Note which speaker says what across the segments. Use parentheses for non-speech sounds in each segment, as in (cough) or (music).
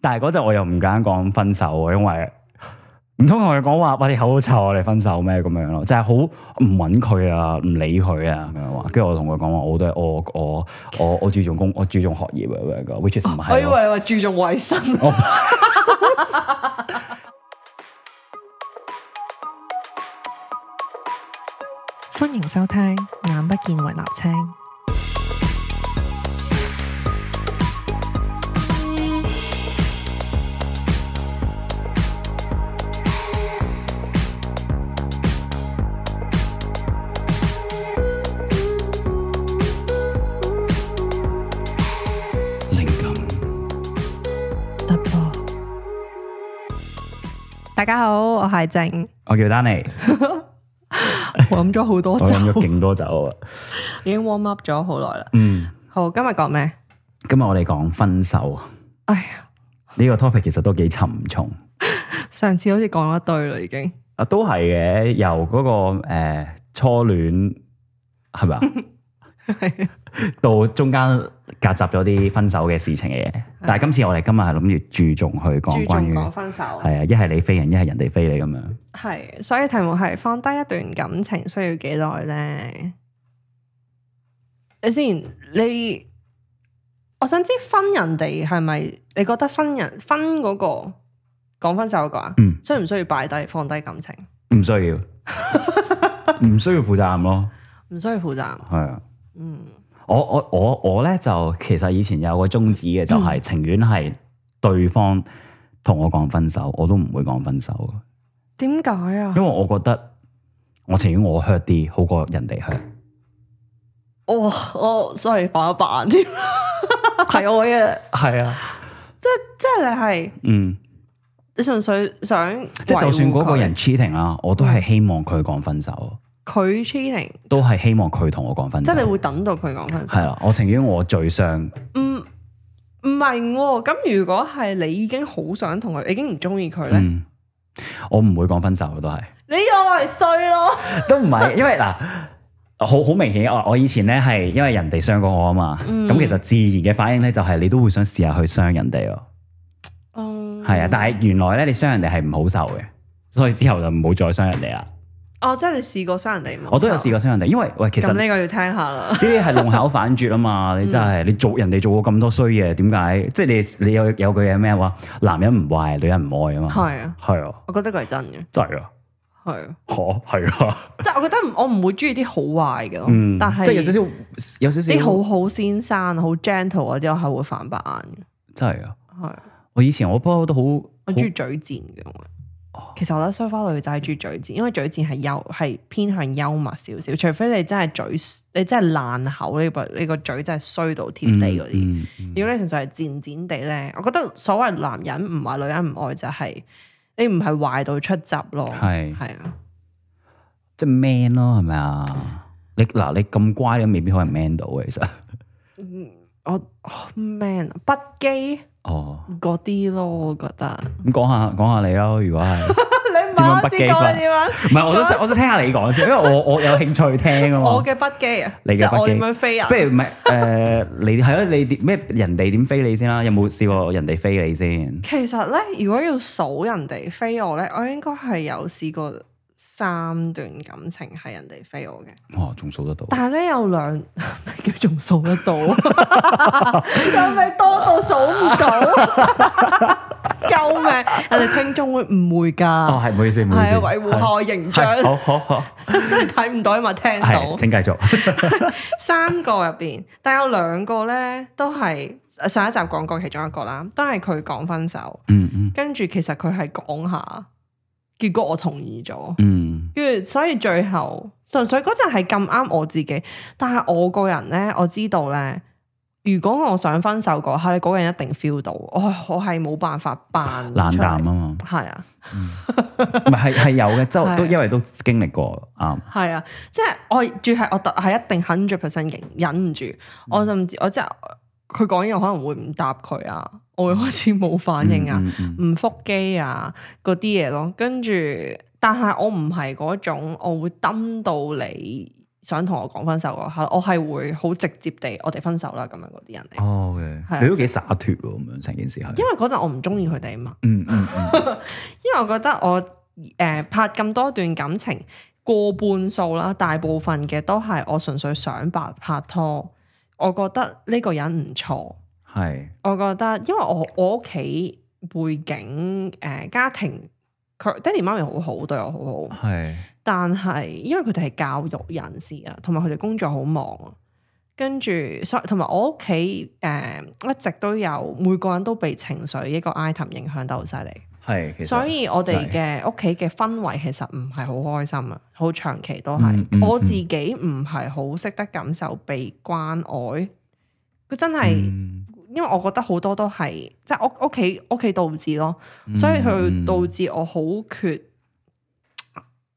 Speaker 1: 但係嗰陣我又唔敢講分手喎，因為唔通同佢講話，喂你口好臭，我哋分手咩咁樣咯？就係好唔揾佢啊，唔理佢啊咁樣話。跟住我同佢講話，我都係我我我我注重工，我注重學業啊咁樣㗎，which is 唔
Speaker 2: 我以
Speaker 1: 係咯。
Speaker 2: 為話注重衛生，
Speaker 3: 歡迎收聽《眼不見為立青》。
Speaker 1: 靈感
Speaker 3: 突破。 (laughs) 大家好，我係靜，
Speaker 1: 我叫丹尼，
Speaker 3: 我飲咗好多
Speaker 1: 我
Speaker 3: 酒，
Speaker 1: 飲咗勁多酒啊。
Speaker 2: 已經 warm up 咗好耐啦。
Speaker 1: 嗯，
Speaker 3: 好，今日講咩？
Speaker 1: 今日我哋講分手啊，
Speaker 3: 哎呀，
Speaker 1: 呢個 topic 其實都幾沉重。
Speaker 3: 上次好似講咗一堆啦，已經
Speaker 1: 啊，都係嘅，由嗰、個誒、呃初戀係
Speaker 3: (laughs)
Speaker 1: 咪啊？到中間夾雜咗啲分手嘅事情嘅嘢，但係今次我哋今日係諗住注重去講
Speaker 3: 注
Speaker 1: 關
Speaker 3: 重
Speaker 1: 於
Speaker 3: 講分手，
Speaker 1: 係啊，一係你飛人，一係人哋飛你咁樣。
Speaker 3: 係，所以題目係放低一段感情需要幾耐咧？你先，你我想知分人哋係咪？你覺得分人分嗰、個講分手嗰個啊，
Speaker 1: 嗯，
Speaker 3: 需唔需要擺低放低感情？
Speaker 1: 唔需
Speaker 3: (laughs)
Speaker 1: 要，唔需要負責任咯，
Speaker 3: 唔需要負責任。
Speaker 1: 係啊。
Speaker 3: 嗯，
Speaker 1: 我我我我咧就其實以前有個宗旨嘅，就
Speaker 3: 嗯
Speaker 1: 係情願係對方同我講分手，我都唔會講分手嘅。
Speaker 3: 點解啊
Speaker 1: 因？為我覺得我情願我 hurt 啲，好過人哋 hurt。
Speaker 3: 我我哦 sorry 反一版添，
Speaker 1: 係我嘅，係啊，
Speaker 3: 即係你係
Speaker 1: 嗯，
Speaker 3: 你純粹想
Speaker 1: 即係就算嗰個
Speaker 3: 維
Speaker 1: 人 cheating 啦，我都係希望佢講分手，
Speaker 3: 護佢佢 cheating，
Speaker 1: 都係希望佢同我講分
Speaker 3: 即
Speaker 1: 手。
Speaker 3: 係你會等到佢講分
Speaker 1: 嗯
Speaker 3: 手
Speaker 1: 係。啦，我情願我最傷，
Speaker 3: 唔唔明喎，咁如果係你已經好想同佢，你已經唔中意佢咧，
Speaker 1: 嗯，我唔會講分手嘅都係，
Speaker 3: 你我為衰咯。
Speaker 1: (laughs) 都唔係，因為嗱。好好明顯，我我以前咧係因為人哋傷過我啊嘛，咁、
Speaker 3: 嗯
Speaker 1: 其實自然嘅反應咧就係你都會想試下去傷人哋咯，
Speaker 3: 嗯，
Speaker 1: 係啊、但係原來咧你傷人哋係唔好受嘅，所以之後就唔好再傷人哋啦。
Speaker 3: 哦，即係你試過傷人哋冇？
Speaker 1: 我都有試過傷人哋，因為喂其實
Speaker 3: 咁呢個要聽下啦。
Speaker 1: 呢啲係弄巧反拙啊
Speaker 3: (laughs)
Speaker 1: 嘛！你真
Speaker 3: 嗯
Speaker 1: 係你做人哋做過咁多衰嘢，點解？即係你你有有句嘢咩話？男人唔壞，女人唔愛啊嘛。
Speaker 3: 係啊，
Speaker 1: 係啊，
Speaker 3: 我覺得佢係真嘅，
Speaker 1: 真係啊，
Speaker 3: 係啊，
Speaker 1: 嚇係啊，
Speaker 3: 即係我覺得唔我唔會中意啲好壞嘅咯，
Speaker 1: 嗯，
Speaker 3: 哦但係
Speaker 1: 即係有少少有少少
Speaker 3: 啲好好先生、啊好 gentle 嗰啲，我係會反白眼
Speaker 1: 真係啊！
Speaker 3: 嘅，係。
Speaker 1: 我以前我不嬲都好哦
Speaker 3: 我中意嘴賤嘅我。其實我覺得西花女仔中意嘴賤，因為嘴賤係幽係偏向幽默少少，除非你真係嘴你真係爛口，你個你個嘴真係衰到貼地嗰啲。
Speaker 1: 啲，嗯
Speaker 3: 如果你純粹係賤賤地咧，我覺得所謂男人唔話女人唔愛就係、你唔係壞到出汁咯，
Speaker 1: 係
Speaker 3: 係啊，
Speaker 1: 即係 man 咯，係咪啊？你嗱你咁乖，你未必可能 man 到嘅，其實 (laughs)
Speaker 3: 我哦 man 啊不羈
Speaker 1: 哦。
Speaker 3: 嗰啲咯，我覺
Speaker 1: (laughs)
Speaker 3: 得
Speaker 1: 咁講下講下你咯，如果係
Speaker 3: 你
Speaker 1: 問我知講緊點
Speaker 3: 樣？
Speaker 1: 唔係我
Speaker 3: (laughs)
Speaker 1: 都想我想聽下你講先，因為我 (laughs) 我有興趣聽啊嘛。
Speaker 3: 我嘅不羈啊，
Speaker 1: 你嘅
Speaker 3: 即係
Speaker 1: 不羈
Speaker 3: 我點樣飛啊
Speaker 1: 不？如唔係誒，你係咯，你點咩人哋點飛你先啦？有冇試過人哋飛你先？
Speaker 3: 其實咧，如果要數人哋飛我咧，我應該係有試過三段感情係人哋飛我嘅，
Speaker 1: 哇，仲數得到？
Speaker 3: 但係咧有兩 (laughs) 咩叫仲數得到，啊 (laughs) 有咪多到數唔到？ (laughs) 救命！人哋聽眾會誤會㗎，
Speaker 1: 哦，係唔好意思，唔
Speaker 3: 係
Speaker 1: 好意思，
Speaker 3: 啊，維護下我形象，
Speaker 1: 係好好好，
Speaker 3: (laughs) 所以睇唔到啊嘛，聽到
Speaker 1: 係請繼續。
Speaker 3: 三個入邊，但有兩個咧都係上一集講過其中一個啦，都係佢講分手。
Speaker 1: 嗯嗯
Speaker 3: 跟住其實佢係講下，結果我同意咗，
Speaker 1: 嗯
Speaker 3: 跟住所以最後純粹嗰陣係咁啱我自己，但係我個人呢，我知道呢，如果我想分手嗰刻咧，嗰個人一定 feel 到，我我係冇辦法扮
Speaker 1: 冷淡啊
Speaker 3: 啊，
Speaker 1: 嘛，
Speaker 3: 係啊
Speaker 1: 唔係係係有嘅，
Speaker 3: 係
Speaker 1: 周
Speaker 3: 啊
Speaker 1: 都因為都經歷過啱。
Speaker 3: 係啊，即係我住係我特係一定 hundred percent 忍唔住，我甚至我即係佢講嘢我可能會唔答佢啊，我會開始冇反應啊。
Speaker 1: 嗯嗯
Speaker 3: 唔腹肌啊嗰啲嘢咯，跟住但係我唔係嗰種，我會抌到你想同我講分手嗰下，我係會好直接地我哋分手啦咁樣嗰啲人嚟。
Speaker 1: 哦
Speaker 3: 係啊
Speaker 1: ，OK，你都幾灑脱喎，咁樣成件事係。
Speaker 3: 因為嗰陣我唔中意佢哋啊嘛，
Speaker 1: 嗯嗯嗯，
Speaker 3: 因為我覺得我誒、呃拍咁多段感情，過半數啦，大部分嘅都係我純粹想白拍拖，我覺得呢個人唔錯。
Speaker 1: 係
Speaker 3: 我覺得，因為我我屋企背景誒、呃家庭，佢爹哋媽咪好好，對我好好。
Speaker 1: 係
Speaker 3: 但係因為佢哋係教育人士啊，同埋佢哋工作好忙啊，跟住所以同埋我屋企誒一直都有每個人都被情緒一個 item 影響得好犀利，
Speaker 1: 係，其實
Speaker 3: 所以我哋
Speaker 1: 就
Speaker 3: 嘅屋企嘅氛圍其實唔係好開心啊，好長期都係、
Speaker 1: 嗯嗯
Speaker 3: 我自己唔係好識得感受被關愛，佢真係。
Speaker 1: 嗯
Speaker 3: 因為我覺得好多都係即係屋屋企屋企導致咯，所以佢
Speaker 1: 嗯
Speaker 3: 導致我好缺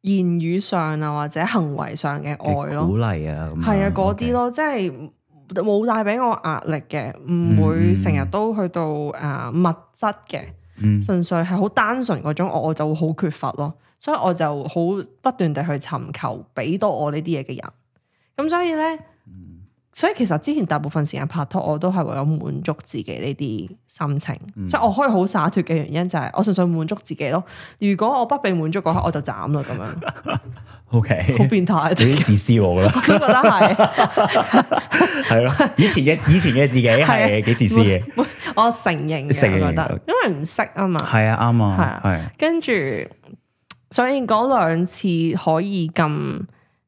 Speaker 3: 言語上啊或者行為上嘅
Speaker 1: 嗯嘅
Speaker 3: 愛
Speaker 1: 鼓
Speaker 3: 咯，
Speaker 1: 勵啊，咁樣
Speaker 3: 係啊嗰啲，咯，即係冇帶俾我壓力嘅，唔會
Speaker 1: 嗯
Speaker 3: 成日都去到啊、物質嘅，
Speaker 1: 嗯
Speaker 3: 純粹係好單純嗰種，我我就會好缺乏咯，所以我就好不斷地去尋求俾到我呢啲嘢嘅人，咁所以咧。
Speaker 1: 嗯
Speaker 3: 所以其實之前大部分時間拍拖，我都係為咗滿足自己呢啲心情，
Speaker 1: 嗯
Speaker 3: 所以我可以好灑脱嘅原因就係我純粹滿足自己咯。如果我不被滿足嗰刻，我就斬啦咁
Speaker 1: (laughs)
Speaker 3: 樣，
Speaker 1: ，OK，
Speaker 3: 好變態，啊
Speaker 1: (laughs) 你啲自私我啦，
Speaker 3: 我都覺得係。
Speaker 1: 係咯，以前嘅以前嘅自己
Speaker 3: (laughs)
Speaker 1: 係
Speaker 3: 啊
Speaker 1: 幾自私嘅，
Speaker 3: 我承認
Speaker 1: 承
Speaker 3: 嘅，
Speaker 1: 認哦
Speaker 3: 我覺得，因為唔識啊嘛。
Speaker 1: 係啊啱
Speaker 3: 係
Speaker 1: 啊
Speaker 3: 啊，
Speaker 1: 係
Speaker 3: 跟住，所以嗰兩次可以咁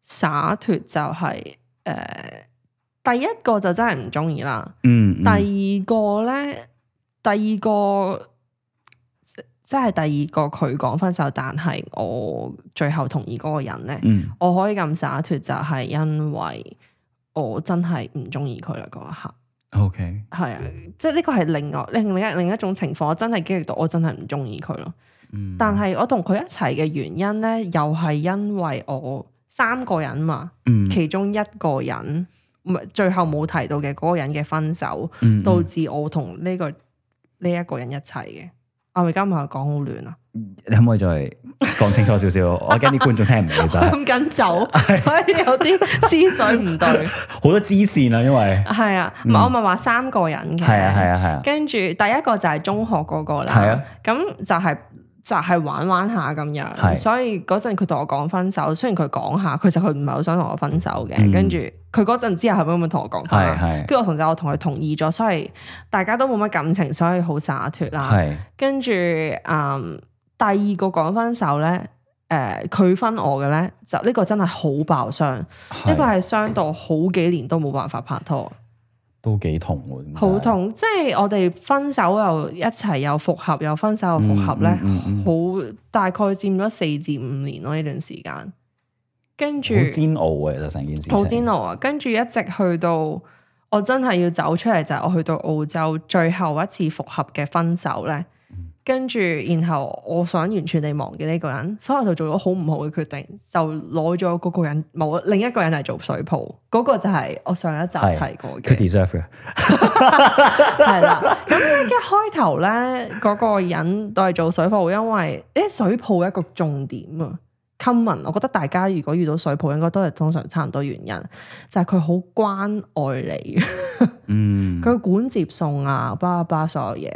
Speaker 3: 灑脱，就係、誒、第一個就真係唔中意啦。
Speaker 1: 嗯，嗯
Speaker 3: 第二個咧，第二個即即係第二個佢講分手，但係我最後同意嗰個人咧，
Speaker 1: 嗯
Speaker 3: 我可以咁灑脱，就係因為我真係唔中意佢啦嗰一刻。
Speaker 1: OK，
Speaker 3: 係啊，即係呢個係另外另另一另一種情況，我真係經歷到我真係唔中意佢咯。
Speaker 1: 嗯
Speaker 3: 但係我同佢一齊嘅原因咧，又係因為我三個人嘛，
Speaker 1: 嗯
Speaker 3: 其中一個人唔係最後冇提到嘅嗰個人嘅分手。
Speaker 1: 嗯嗯
Speaker 3: 導致我同呢、個呢一、個人一齊嘅。啊我而家咪講好亂
Speaker 1: (laughs)
Speaker 3: 啊，
Speaker 1: 你可唔可以再講清楚少
Speaker 3: (laughs)
Speaker 1: 少？我驚啲觀眾聽唔明，其實
Speaker 3: 飲
Speaker 1: (laughs)
Speaker 3: 緊酒，
Speaker 1: 啊
Speaker 3: 所以有啲思緒唔對。
Speaker 1: 好多支線啊，因為
Speaker 3: 係啊，唔係我咪話三個人嘅。
Speaker 1: 係啊係啊係啊，
Speaker 3: 跟住第一個就係中學嗰個
Speaker 1: 係啊
Speaker 3: 啦，咁就係、就係、玩玩下咁
Speaker 1: 係
Speaker 3: 樣，所以嗰陣佢同我講分手，雖然佢講下，其實佢唔係好想同我分手嘅。
Speaker 1: 嗯
Speaker 3: 跟住佢嗰陣之後係咪咁同我講
Speaker 1: 係
Speaker 3: 翻？
Speaker 1: 係
Speaker 3: 跟住我同就我同佢同意咗，所以大家都冇乜感情，所以好灑脱啦。
Speaker 1: 係
Speaker 3: 跟住，嗯，第二個講分手咧，誒、佢分我嘅咧，就呢、個真係好爆傷，呢個
Speaker 1: 係
Speaker 3: 係傷到好幾年都冇辦法拍拖，
Speaker 1: 都幾痛喎，點解
Speaker 3: 好，痛。即係我哋分手又一齊又復合，又分手又復啊合咧，好、
Speaker 1: 嗯嗯嗯
Speaker 3: 大概佔咗四至五年咯呢段時間。跟住
Speaker 1: 好煎熬嘅其實成件事情，
Speaker 3: 好煎熬啊！跟住一直去到我真係要走出嚟，就係、我去到澳洲最後一次復合嘅分手咧。
Speaker 1: 嗯
Speaker 3: 跟住，然後我想完全地忘記呢個人，所以我就做咗好唔好嘅決定，就攞咗嗰個人冇另一個人嚟做水泡，嗰、個就係我上一集
Speaker 1: 係
Speaker 3: 提過
Speaker 1: 佢
Speaker 3: 嘅，
Speaker 1: deserve 嘅，
Speaker 3: 係啦。咁一開頭咧，嗰、個人都係做水泡，因為啲水泡有一個重點啊，common。我覺得大家如果遇到水泡，應該都係通常差唔多原因，就係佢好關愛你。 (laughs)
Speaker 1: 嗯，
Speaker 3: 佢管接送啊，巴拉巴拉所有嘢，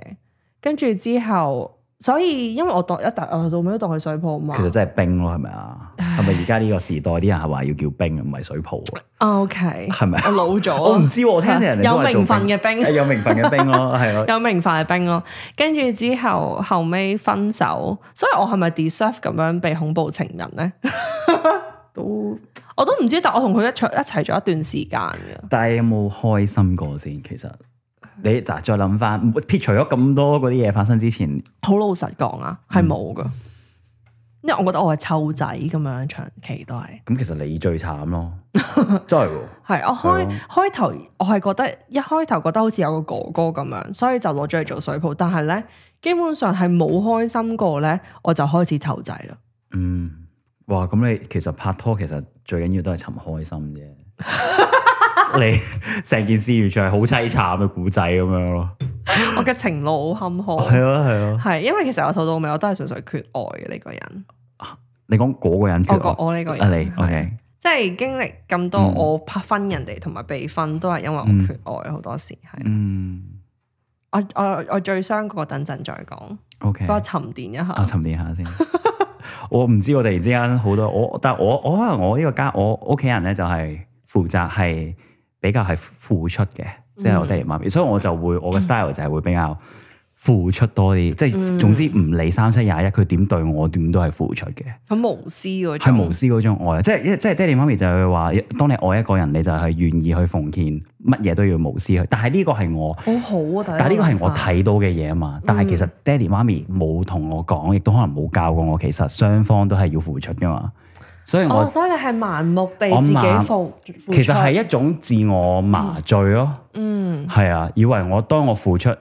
Speaker 3: 跟住之後，所以因為我當一笪我到尾都當佢水泡嘛
Speaker 1: 其。實真係冰咯，係咪啊？係咪而家呢個時代啲人係話要叫冰，唔係水泡喎？
Speaker 3: O K，
Speaker 1: 係咪啊
Speaker 3: 我老咗，
Speaker 1: 我唔知喎，我聽人哋都
Speaker 3: 哦有
Speaker 1: 係做
Speaker 3: 名分嘅冰
Speaker 1: 誒， (laughs) 有名分嘅冰
Speaker 3: (laughs)
Speaker 1: 咯，係咯，
Speaker 3: 有名塊冰咯。跟住之後後尾分手，所以我係咪 deserve 咁樣被恐怖情人 (laughs) 咧？
Speaker 1: 都
Speaker 3: 我都唔知，但我同佢一齊一齊咗一段時間嘅。
Speaker 1: 但係有冇開心過先？其實你嗱再諗翻，撇除咗咁多嗰啲嘢發生之前，
Speaker 3: 好老實講啊，係冇噶，因為我覺得我係湊仔咁樣，長期都係。
Speaker 1: 咁其實你最慘
Speaker 3: (laughs)
Speaker 1: 咯，真係喎。
Speaker 3: 係啊我開
Speaker 1: 係
Speaker 3: 開頭我係覺得一開頭覺得好似有個哥哥咁樣，所以就攞咗去做水泡。但係咧，基本上係冇開心過咧，我就開始湊仔啦。
Speaker 1: 嗯，哇！咁你其實拍拖其實最緊要都係尋開心啫。
Speaker 3: (laughs)
Speaker 1: 你成件事完全係好凄慘嘅故仔咁樣咯。
Speaker 3: 我嘅情路好坎坷，
Speaker 1: 係啊係啊，
Speaker 3: 係因為其實我到到尾我都係純粹缺愛嘅呢個人，
Speaker 1: 你講嗰個人
Speaker 3: 我
Speaker 1: 決
Speaker 3: 覺
Speaker 1: 定
Speaker 3: 我呢個
Speaker 1: 啊
Speaker 3: 人
Speaker 1: 你
Speaker 3: 係
Speaker 1: OK
Speaker 3: 即係經歷咁多，
Speaker 1: 嗯
Speaker 3: 我拍分人哋同埋被分都係因為我
Speaker 1: 嗯
Speaker 3: 缺愛，好多時係。
Speaker 1: 嗯
Speaker 3: 我我我最傷嗰個等陣再講，
Speaker 1: ，OK，
Speaker 3: 俾我沉澱一下。
Speaker 1: 啊，沉澱下先。 (laughs) 我唔知我突然之間好多我，但我我可能我呢個家我屋企人咧就係負責係比較係付出嘅，即係我爹哋媽咪，所以我就會我嘅 style 就係會比較付出多啲，即係
Speaker 3: 嗯
Speaker 1: 總之唔理三七廿一，佢點對我點都係付出嘅。
Speaker 3: 好無私嗰種，
Speaker 1: 係無私嗰種愛，即係即係爹哋媽咪就係話，當你愛一個人，你就係願意去奉獻，乜嘢都要無私去。但係呢個係我，
Speaker 3: 好好啊！
Speaker 1: 但係呢個係我睇到嘅嘢啊
Speaker 3: 嗯
Speaker 1: 嘛。但係其實爹哋媽咪冇同我講，亦都可能冇教過我，其實雙方都係要付出噶嘛。所以我、
Speaker 3: 哦，所以你係盲目地
Speaker 1: 我
Speaker 3: 自
Speaker 1: 盲
Speaker 3: 己付付
Speaker 1: 其實
Speaker 3: 出
Speaker 1: 係一種自我麻醉咯，
Speaker 3: 嗯
Speaker 1: 係、啊，以為我當我付出。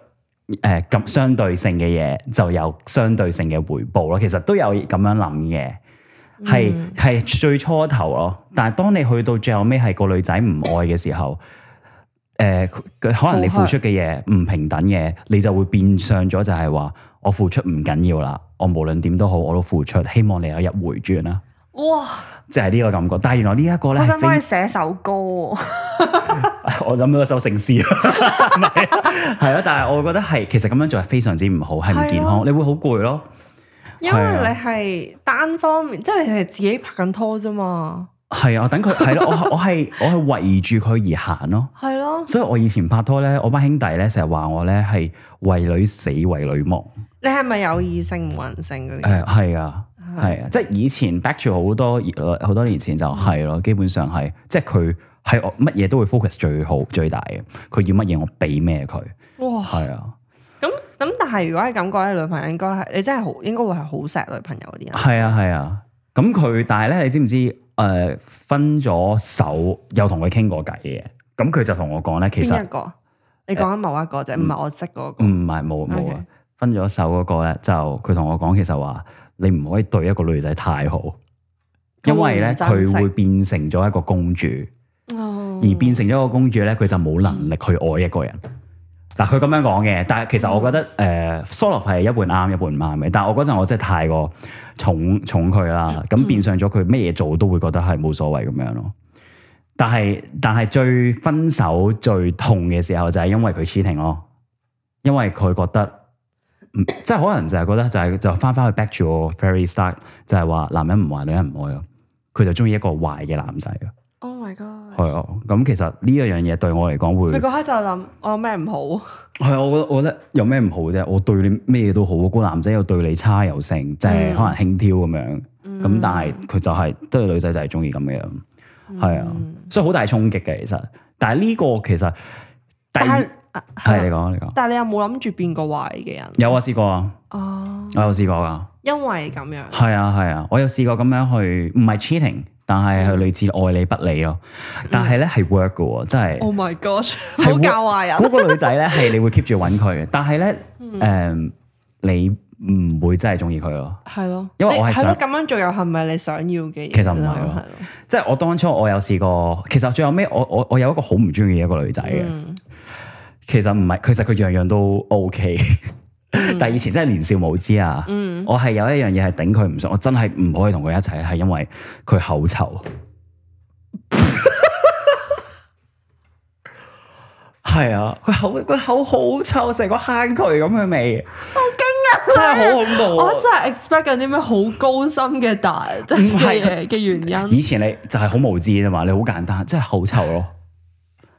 Speaker 1: 誒咁、相對性嘅嘢就有相對性嘅回報咯，其實都有咁樣諗嘅。係係最初頭咯，但係當你去到最後尾係個女仔唔愛嘅時候，誒佢佢可能你付出嘅嘢唔平等嘅，你就會變相咗就係話我付出唔緊要啦，我無論點都好我都付出，希望你有一日回轉啦，
Speaker 3: 哇！
Speaker 1: 即係呢個感覺。但係原來呢一個
Speaker 3: 我
Speaker 1: 咧
Speaker 3: 想
Speaker 1: 係
Speaker 3: 幫
Speaker 1: 非
Speaker 3: 你
Speaker 1: 啊
Speaker 3: 寫首歌喎，
Speaker 1: (laughs) 我諗到一首聖詩，係咪係啊，但係我覺得係其實咁樣做係非常之唔好，係啊唔健
Speaker 3: 係
Speaker 1: 康，你會好攰咯。
Speaker 3: 因為你係單方面，即係你係自己拍緊拖啫嘛，
Speaker 1: 係啊，等 (laughs) 佢係咯，我我係我係圍住佢而行咯。
Speaker 3: 係咯，
Speaker 1: 所以我以前拍拖咧，我班兄弟咧成日話我咧係為女死為女亡，
Speaker 3: 你係咪有異性冇人性嗰啲？
Speaker 1: 誒係啊，係啊，嗯即係以前 back 住好多好多年前就係咯，基本上係即係佢係我乜嘢都會 focus 最好最大嘅，佢要乜嘢我俾咩佢，
Speaker 3: 哇！
Speaker 1: 係啊，
Speaker 3: 咁咁，但係如果係咁講，你女朋友應該係你真係好，應該會係好錫女朋友嗰啲人。
Speaker 1: 係啊係啊，咁佢但係咧你知唔知誒、呃分咗手又同佢傾過偈嘅，咁佢就同我講咧其實嗯
Speaker 3: 邊。一個？你講緊某一個啫，唔係我識嗰個。
Speaker 1: 唔係冇冇啊
Speaker 3: OK！
Speaker 1: 分咗手嗰個咧，就佢同我講，其實話你唔可以對一個女仔太好，因為咧
Speaker 3: 佢會唔
Speaker 1: 佢
Speaker 3: 珍惜
Speaker 1: 會變成咗一個公主，
Speaker 3: 哦
Speaker 1: 而變成咗一個公主咧，佢就冇能力去愛一個人。嗱，佢咁樣講嘅，但係其實我覺得誒 sort of 係一半啱一半唔啱嘅，但係我嗰陣我真係太過寵寵佢啦，咁變相咗佢咩嘢做都會覺得係冇所謂咁樣咯。但係但係最分手最痛嘅時候就係因為佢 cheating 咯，因為佢覺得，嗯即係可能就係覺得就係、就翻翻去 back 住我 very start 就係話男人唔壞女人唔愛咯，佢就中意一個壞嘅男仔啊，
Speaker 3: Oh my god！
Speaker 1: 係啊，咁其實呢一樣嘢對我嚟講會
Speaker 3: 你。嗰刻就諗我有咩唔好？
Speaker 1: 係啊，我覺得我覺得有咩唔好啫？我對你咩都好，個男仔又對你差又成，就係、
Speaker 3: 嗯
Speaker 1: 可能輕佻咁樣。咁、
Speaker 3: 嗯
Speaker 1: 但係佢就係、都係女仔就係中意咁嘅樣，
Speaker 3: 嗯
Speaker 1: 係啊，所以好大衝擊嘅其實。但係呢個其實第
Speaker 3: 但
Speaker 1: 二
Speaker 3: 係啊
Speaker 1: 係你
Speaker 3: 啦
Speaker 1: 講你講，
Speaker 3: 但係你有冇諗住變個壞嘅人？
Speaker 1: 有啊試過啊，
Speaker 3: 哦，
Speaker 1: 我有試過㗎。
Speaker 3: 因為咁樣，
Speaker 1: 係啊係啊，我有試過咁樣去，唔係 cheating，但係
Speaker 3: 嗯
Speaker 1: 係類似愛理不理咯。但係咧係 work 嘅喎，真係。
Speaker 3: Oh my god！唔
Speaker 1: 係
Speaker 3: 好教壞人
Speaker 1: 嗰。個女仔咧係你會 keep 住揾佢嘅，但係咧誒你唔會真係中意佢咯。
Speaker 3: 係咯，
Speaker 1: 因為我係
Speaker 3: 你
Speaker 1: 想
Speaker 3: 咯咁樣做又係咪你想要嘅嘢？
Speaker 1: 其實唔係咯
Speaker 3: 係
Speaker 1: 即係我當初我有試過，其實最後尾我我我有一個好唔中意嘅一個女仔嘅，
Speaker 3: 嗯
Speaker 1: 其實唔係，其實佢樣樣都 OK，但係以前真係年少無知啊。
Speaker 3: 嗯
Speaker 1: 我係有一樣嘢係頂佢唔順，我真係唔可以同佢一齊，係因為佢口臭。係啊，佢口佢口好臭，成個坑渠咁嘅味，好驚啊！真係好恐怖啊
Speaker 3: 我。真係 expect 緊啲咩好高深嘅大
Speaker 1: 唔係
Speaker 3: 嘅嘅原因。
Speaker 1: 以前你就係好無知啫嘛，你好簡單，即係口臭
Speaker 3: (laughs)
Speaker 1: 咯。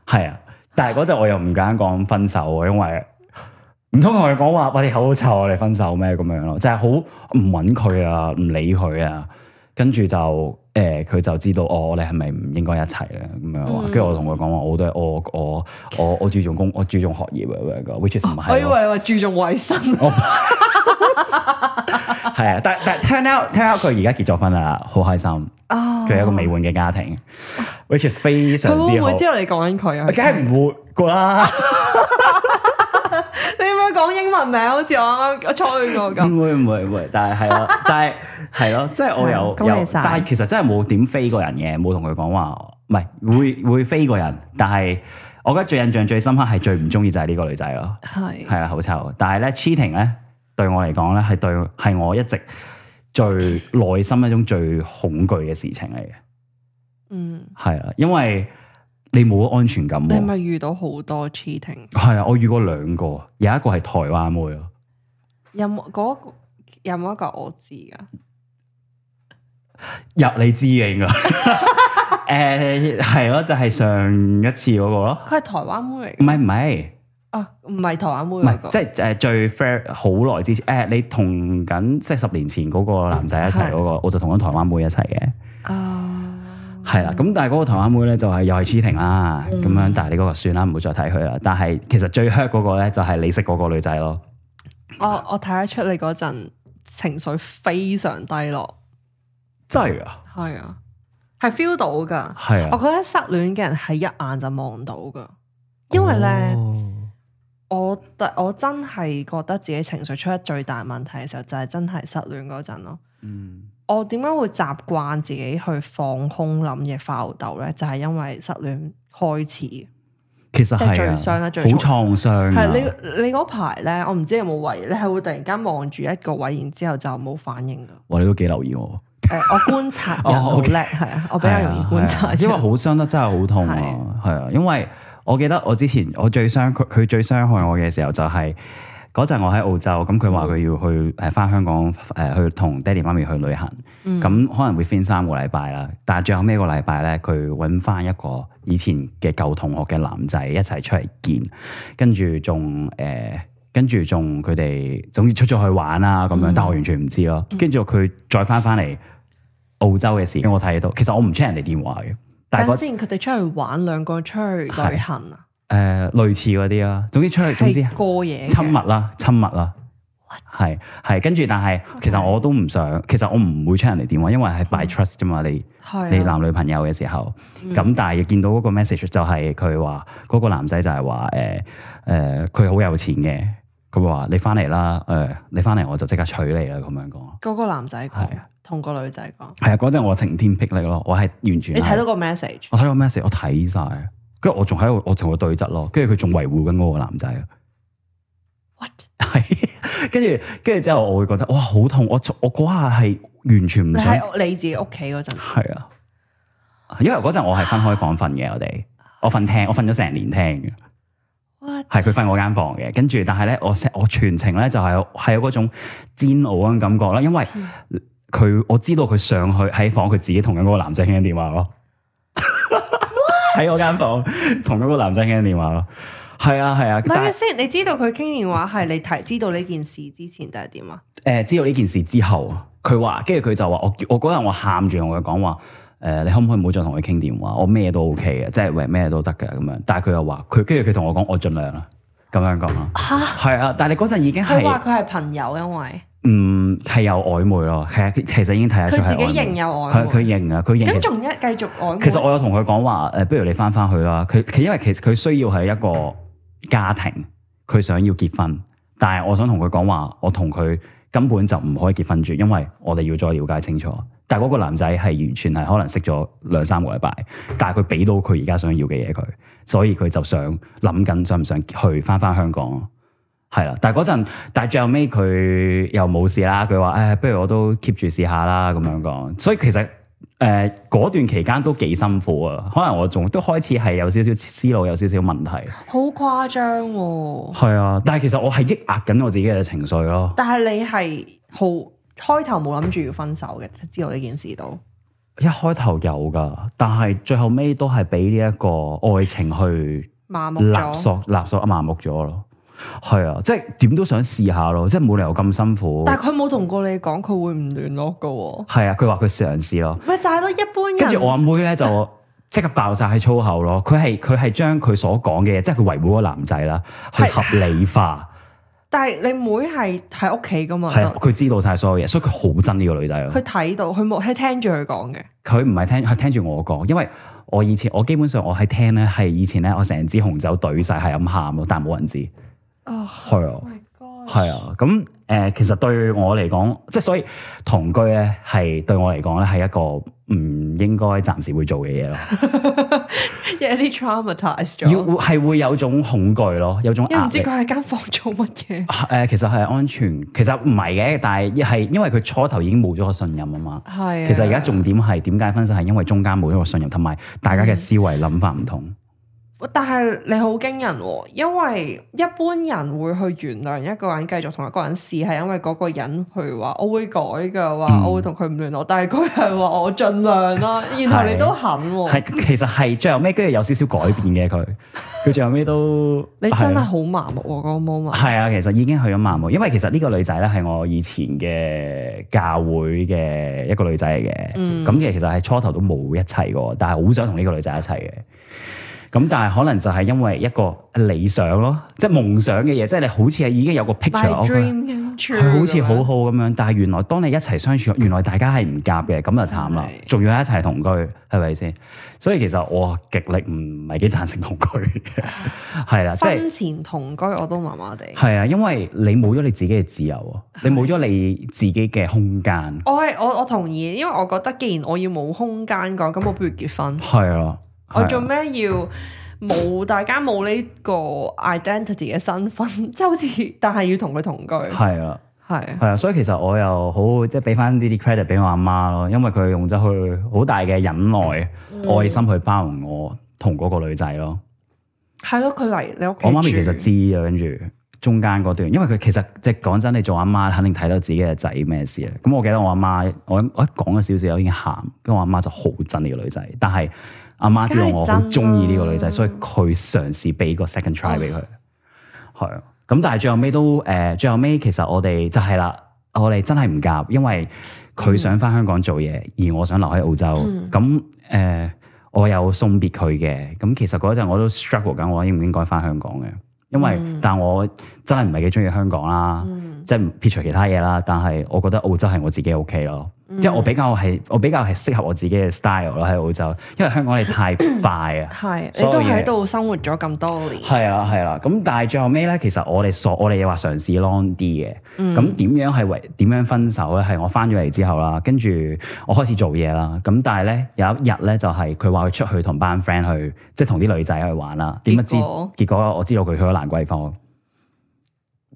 Speaker 1: 係啊，但係嗰陣我又唔敢講分手喎，因為唔通同佢講話，喂，你口臭啊，你分手咩咁樣咯？就係好唔揾佢啊，唔理佢啊，跟住就誒佢、就知道哦，你係咪唔應該一齊咧咁樣
Speaker 3: 嗯
Speaker 1: 話？跟住、我同佢講話，我都係我我我我注重工，我注重學業啊，which is 唔
Speaker 3: 我
Speaker 1: 係
Speaker 3: 以
Speaker 1: 咯。
Speaker 3: 為你話注重衞生，
Speaker 1: 係啊，但但 turn out turn out 佢而家結咗婚啦，好開心，
Speaker 3: 啊
Speaker 1: 佢有一個美滿嘅家庭，which is 非常
Speaker 3: 佢
Speaker 1: 之
Speaker 3: 會唔
Speaker 1: 好
Speaker 3: 會。知道你講緊佢啊？
Speaker 1: 梗係唔會噶啦，
Speaker 3: 你有冇講英文名？啊好似我啱啱我吹過
Speaker 1: (laughs)
Speaker 3: 咁。
Speaker 1: 唔會唔會唔會，但係係 (laughs) 咯，但係係咯，即係啊我有
Speaker 3: 嗯恭喜
Speaker 1: 有，
Speaker 3: 晒
Speaker 1: 但係其實真係冇點飛過人嘅，冇同佢講話，唔係會會飛過人，但係我覺得最印象最深刻係最唔中意就係呢個女仔咯，
Speaker 3: 係
Speaker 1: 係啦好臭，但係咧 cheating 咧對我嚟講咧係對係我一直最內心一種最恐懼嘅事情嚟嘅，
Speaker 3: 嗯，
Speaker 1: 係啦，因為你冇安全感
Speaker 3: 你係咪
Speaker 1: 喎。
Speaker 3: 遇到好多 cheating？
Speaker 1: 係啊，我遇過兩個，有一個係台灣妹咯，
Speaker 3: 有冇嗰個有冇一個我知噶？
Speaker 1: 入你知嘅應
Speaker 3: (laughs)
Speaker 1: 該。誒係咯，就係上一次嗰個咯，
Speaker 3: 佢係台灣妹
Speaker 1: 唔
Speaker 3: 嚟㗎，
Speaker 1: 係唔係。
Speaker 3: 啊，唔係台灣妹
Speaker 1: 唔係
Speaker 3: 嚟，㗎，
Speaker 1: 即係誒最 fair 好耐之前，誒、你同緊即係十年前嗰個男仔一齊嗰、個，我就同緊台灣妹一齊嘅，
Speaker 3: 啊，
Speaker 1: 係啦。咁但係嗰個台灣妹咧就係、又係 cheating 啦，咁樣、但係你嗰個算啦，唔會再睇佢啦。但係其實最 hurt 嗰個咧就係你識嗰個女仔咯，
Speaker 3: 我我睇得出你嗰陣情緒非常低落，
Speaker 1: 真係啊，
Speaker 3: 係哦啊，係 feel 到㗎。
Speaker 1: 係
Speaker 3: 我
Speaker 1: 啊，
Speaker 3: 覺得失戀嘅人係一眼就望到㗎，因為
Speaker 1: 哦
Speaker 3: 咧。我特我真係覺得自己情緒出得最大問題嘅時候，就係、真係失戀嗰陣咯。
Speaker 1: 嗯，
Speaker 3: 我點解會習慣自己去放空諗嘢發吽豆咧？就係、因為失戀開始，
Speaker 1: 其實
Speaker 3: 即係最
Speaker 1: 係
Speaker 3: 傷
Speaker 1: 啊，
Speaker 3: 啦
Speaker 1: 好
Speaker 3: 最
Speaker 1: 創傷啊，
Speaker 3: 係你你嗰排咧，我唔知有冇位，你係會突然間望住一個位，然之後就冇反應噶。
Speaker 1: 哇，你都幾留意我，
Speaker 3: 誒、我觀察人
Speaker 1: 哦
Speaker 3: 好
Speaker 1: OK
Speaker 3: 叻，係啊，我比較容易觀
Speaker 1: 係
Speaker 3: 察
Speaker 1: 啊係啊
Speaker 3: 人，
Speaker 1: 因為好傷得真係好痛啊，係啊，因為我記得我之前我最傷佢，佢最傷害我嘅時候就係嗰陣我喺澳洲，咁佢話佢要去誒翻香港誒去同爹哋媽咪去旅行，
Speaker 3: 嗯
Speaker 1: 咁、可能會 fin 三個禮拜啦，但係最後尾一個禮拜咧，佢揾翻一個以前嘅舊同學嘅男仔一齊出嚟見，跟住仲誒。呃跟住仲佢哋總之出咗去玩啦咁樣，
Speaker 3: 嗯
Speaker 1: 但我完全唔知咯。跟住佢再翻翻嚟澳洲嘅事，我睇到。其實我唔 check 人哋電話嘅，但係
Speaker 3: 等
Speaker 1: 嗰誒、
Speaker 3: 先，佢哋出去玩，兩個出去旅行啊，
Speaker 1: 呃類似嗰啲啦。總之出去，總之
Speaker 3: 係過夜嘅
Speaker 1: 親密啦，親密啦，係係。跟住但係其實我都唔想，其實我唔會 check 人哋電話，因為係
Speaker 3: 嗯
Speaker 1: by trust 啫嘛。你你
Speaker 3: 係啊，嗯
Speaker 1: 男女朋友嘅時候，咁、但係見到嗰個 message 就係佢話嗰個男仔就係話誒誒佢好有錢嘅，佢話你翻嚟啦，誒、你翻嚟我就即刻娶你啦咁樣講。
Speaker 3: 嗰個男仔講
Speaker 1: 係啊，
Speaker 3: 同個女仔講，
Speaker 1: 係啊，嗰陣我晴天霹靂咯，我係完全
Speaker 3: 你睇
Speaker 1: 係
Speaker 3: 到個 message。
Speaker 1: 我睇到 message，我睇晒，跟住我仲喺度，我同佢對質咯，跟住佢仲維護緊嗰個男仔，
Speaker 3: What？
Speaker 1: 係，跟住跟住之後，我會覺得哇好痛，我我嗰下係完全唔
Speaker 3: 你
Speaker 1: 想，
Speaker 3: 喺你自己屋企嗰陣，
Speaker 1: 係啊，因為嗰陣我係分開房瞓嘅，我哋我瞓廳，我瞓咗成年廳嘅。
Speaker 3: What？
Speaker 1: 係佢瞓我間房嘅，跟住但係咧，我成我全程咧就係有係有嗰種煎熬嗰種感覺啦，因為佢我知道佢上去喺房，佢自己同緊嗰個男仔傾緊電話咯， (laughs) 喺我間房同緊嗰個男仔傾緊電話咯，係啊係啊，
Speaker 3: 唔係
Speaker 1: 但係誒、
Speaker 3: 先，你知道佢傾電話係你提知道呢件事之前定係點啊？
Speaker 1: 呃知道呢件事之後，佢話跟住佢就話我我嗰日我喊住同佢講話。誒、你可唔可以唔好再同佢傾電話？我咩都 OK 嘅，即係喂咩都得嘅咁樣。但係佢又話佢跟住佢同我講，我盡量啦，咁樣講啦。係啊，但係你嗰陣已經係
Speaker 3: 佢話佢係朋友，因為
Speaker 1: 嗯，係有曖昧咯，係啊，其實已經睇得出
Speaker 3: 佢自
Speaker 1: 係
Speaker 3: 己
Speaker 1: 曖
Speaker 3: 認
Speaker 1: 昧。
Speaker 3: 有
Speaker 1: 佢佢
Speaker 3: 曖昧，
Speaker 1: 認啊，佢認
Speaker 3: 咁
Speaker 1: 其實。
Speaker 3: 仲一繼續曖昧。
Speaker 1: 其實我有同佢講話誒，不如你翻翻去啦。佢佢因為其實佢需要係一個家庭，佢想要結婚，但係我想同佢講話，我同佢根本就唔可以結婚住，因為我哋要再了解清楚。但係嗰個男仔係完全係可能識咗兩三個禮拜，但係佢俾到佢而家想要嘅嘢佢，所以佢就想諗緊想唔想去翻翻香港。係啦，但係嗰陣，但係最後尾佢又冇事啦。佢話：誒、不如我都 keep 住試下啦，咁樣講。所以其實誒嗰、段期間都幾辛苦啊。可能我仲都開始係有少少思路，有少少問題。
Speaker 3: 好誇張喎，
Speaker 1: 係啊，但係其實我係抑壓緊我自己嘅情緒咯。
Speaker 3: 但係你係好開頭冇諗住要分手嘅，知道呢件事都
Speaker 1: 一開頭有噶，但係最後尾都係俾呢一個愛情去
Speaker 3: 麻木
Speaker 1: 勒
Speaker 3: 咗。
Speaker 1: 索、勒索麻木咗咯。係啊，即係點都想試下咯，即係冇理由咁辛苦。
Speaker 3: 但係佢冇同過你講佢會唔聯絡嘅喎，
Speaker 1: 係啊，佢話佢嘗試咯。
Speaker 3: 咪就係咯，一般人
Speaker 1: 跟住我阿妹咧
Speaker 3: (laughs)
Speaker 1: 就即刻爆晒粗口咯。佢係佢係將佢所講嘅嘢，即係佢維護嗰個男仔啦，去
Speaker 3: 係
Speaker 1: 合理化。
Speaker 3: 但係你妹係喺屋企噶嘛，
Speaker 1: 係啊佢知道晒所有嘢，所以佢好憎呢個女仔
Speaker 3: 哦佢
Speaker 1: 咯。
Speaker 3: 睇到，佢冇係聽住佢講嘅。
Speaker 1: 佢唔係聽，係聽住我講，因為我以前我基本上我喺聽咧，係以前咧我成支紅酒懟晒係咁喊咯，但係冇人知。
Speaker 3: 哦
Speaker 1: (laughs) 係啊，
Speaker 3: my god！
Speaker 1: 係啊，咁誒、誒，其實對我嚟講，即係所以同居咧，係對我嚟講咧係一個唔應該暫時會做嘅嘢咯。
Speaker 3: (laughs) 有啲 traumatized
Speaker 1: 要
Speaker 3: 咗，
Speaker 1: 係會有種恐懼咯，有種
Speaker 3: 因為
Speaker 1: 壓
Speaker 3: 唔知
Speaker 1: 力。
Speaker 3: 佢喺間房做乜嘢。
Speaker 1: 誒、其實係安全，其實唔係嘅，但係係因為佢初頭已經冇咗個信任啊嘛。
Speaker 3: 係啊，
Speaker 1: 其實而家重點係點解分手係因為中間冇咗個信任，同埋大
Speaker 3: 嗯
Speaker 1: 家嘅思維諗法唔同。
Speaker 3: 但係你好驚人喎，因為一般人會去原諒一個人繼續同一個人試，係因為嗰個人佢話我會改㗎，
Speaker 1: 嗯
Speaker 3: 話我會同佢唔聯絡，但係佢係話我盡量
Speaker 1: (laughs)
Speaker 3: 啦，然後你都肯
Speaker 1: 係
Speaker 3: 喎，
Speaker 1: 其實係最後尾跟住有少少改變嘅
Speaker 3: (laughs)
Speaker 1: 佢，佢最後尾都
Speaker 3: 你真
Speaker 1: 係
Speaker 3: 係
Speaker 1: 啊
Speaker 3: 好麻木喎嗰個 moment，
Speaker 1: 係啊，其實已經去咗麻木，因為其實呢個女仔咧係我以前嘅教會嘅一個女仔嚟嘅，
Speaker 3: 嗯
Speaker 1: 咁、其實係初頭都冇一齊過，但係好想同呢個女仔一齊嘅。咁但係可能就係因為一個理想咯，即係夢想嘅嘢，即係你好似係已經有個 picture
Speaker 3: My
Speaker 1: of 佢
Speaker 3: dream come true
Speaker 1: 佢好似好
Speaker 3: 咁樣
Speaker 1: 好咁樣，但係原來當你一齊相處，原來大家係唔夾嘅，咁就慘啦，
Speaker 3: 係
Speaker 1: 仲要一齊同居，係咪先？所以其實我極力唔係幾贊成同居
Speaker 3: (laughs)
Speaker 1: 嘅，係啦，即係
Speaker 3: 婚前同居我都麻麻地，
Speaker 1: 係啊，因為你冇咗你自己嘅自由啊，你冇咗你自己嘅空間，
Speaker 3: 我係我我同意，因為我覺得既然我要冇空間講，咁我不如結婚。
Speaker 1: 係啊，
Speaker 3: 我
Speaker 1: 係啊
Speaker 3: 做咩要冇大家冇呢個 identity 嘅身份， (laughs) 即係好似但係要同佢同居，
Speaker 1: 係啊。
Speaker 3: 係
Speaker 1: 係啊，所以其實我又好即係俾翻呢啲 credit 俾我阿媽咯，因為佢用咗佢好大嘅忍耐、
Speaker 3: 嗯
Speaker 1: 愛心去包容我同嗰個女仔咯。
Speaker 3: 係咯，佢嚟你屋企，
Speaker 1: 我媽咪其實，知啊，跟住中間嗰段，因為佢其實即係講真，你做阿媽肯定睇到自己嘅仔咩事啊。咁我記得我阿媽，我我一講咗少少已經喊，跟住我阿媽就好憎呢個女仔，但係阿媽知道我好啊中意呢個女仔，
Speaker 3: 梗係憎啦
Speaker 1: 所以佢嘗試俾個 second try 俾佢，係啊。咁但係最後尾都誒、呃最後尾其實我哋就係啦，我哋真係唔夾，因為佢想翻香港做嘢，而我想留喺澳洲。咁誒、呃我有送別佢嘅。咁其實嗰陣我都 struggle 緊，我應唔應該翻香港嘅？因為、但我真係唔係幾中意香港啦，即係撇除其他嘢啦。但係我覺得澳洲係我自己嘅屋企咯，即係我比較係我比較係適合我自己嘅 style 咯喺澳洲，因為香港你太快啊。
Speaker 3: 係你
Speaker 1: 所有
Speaker 3: 都
Speaker 1: 嘢
Speaker 3: 喺度生活咗咁多年，
Speaker 1: 係啊，係啦、咁但係最後尾咧，其實我哋所我哋又話嘗試 long 啲嘅。
Speaker 3: 嗯
Speaker 1: 咁點、樣係為點樣分手咧？係我翻咗嚟之後啦，跟住我開始做嘢啦。咁但係咧有一日咧，就係佢話佢出去同班 friend 去，即係同啲女仔去玩啦。點不知
Speaker 3: 結果
Speaker 1: 結果我知道佢去咗蘭桂坊，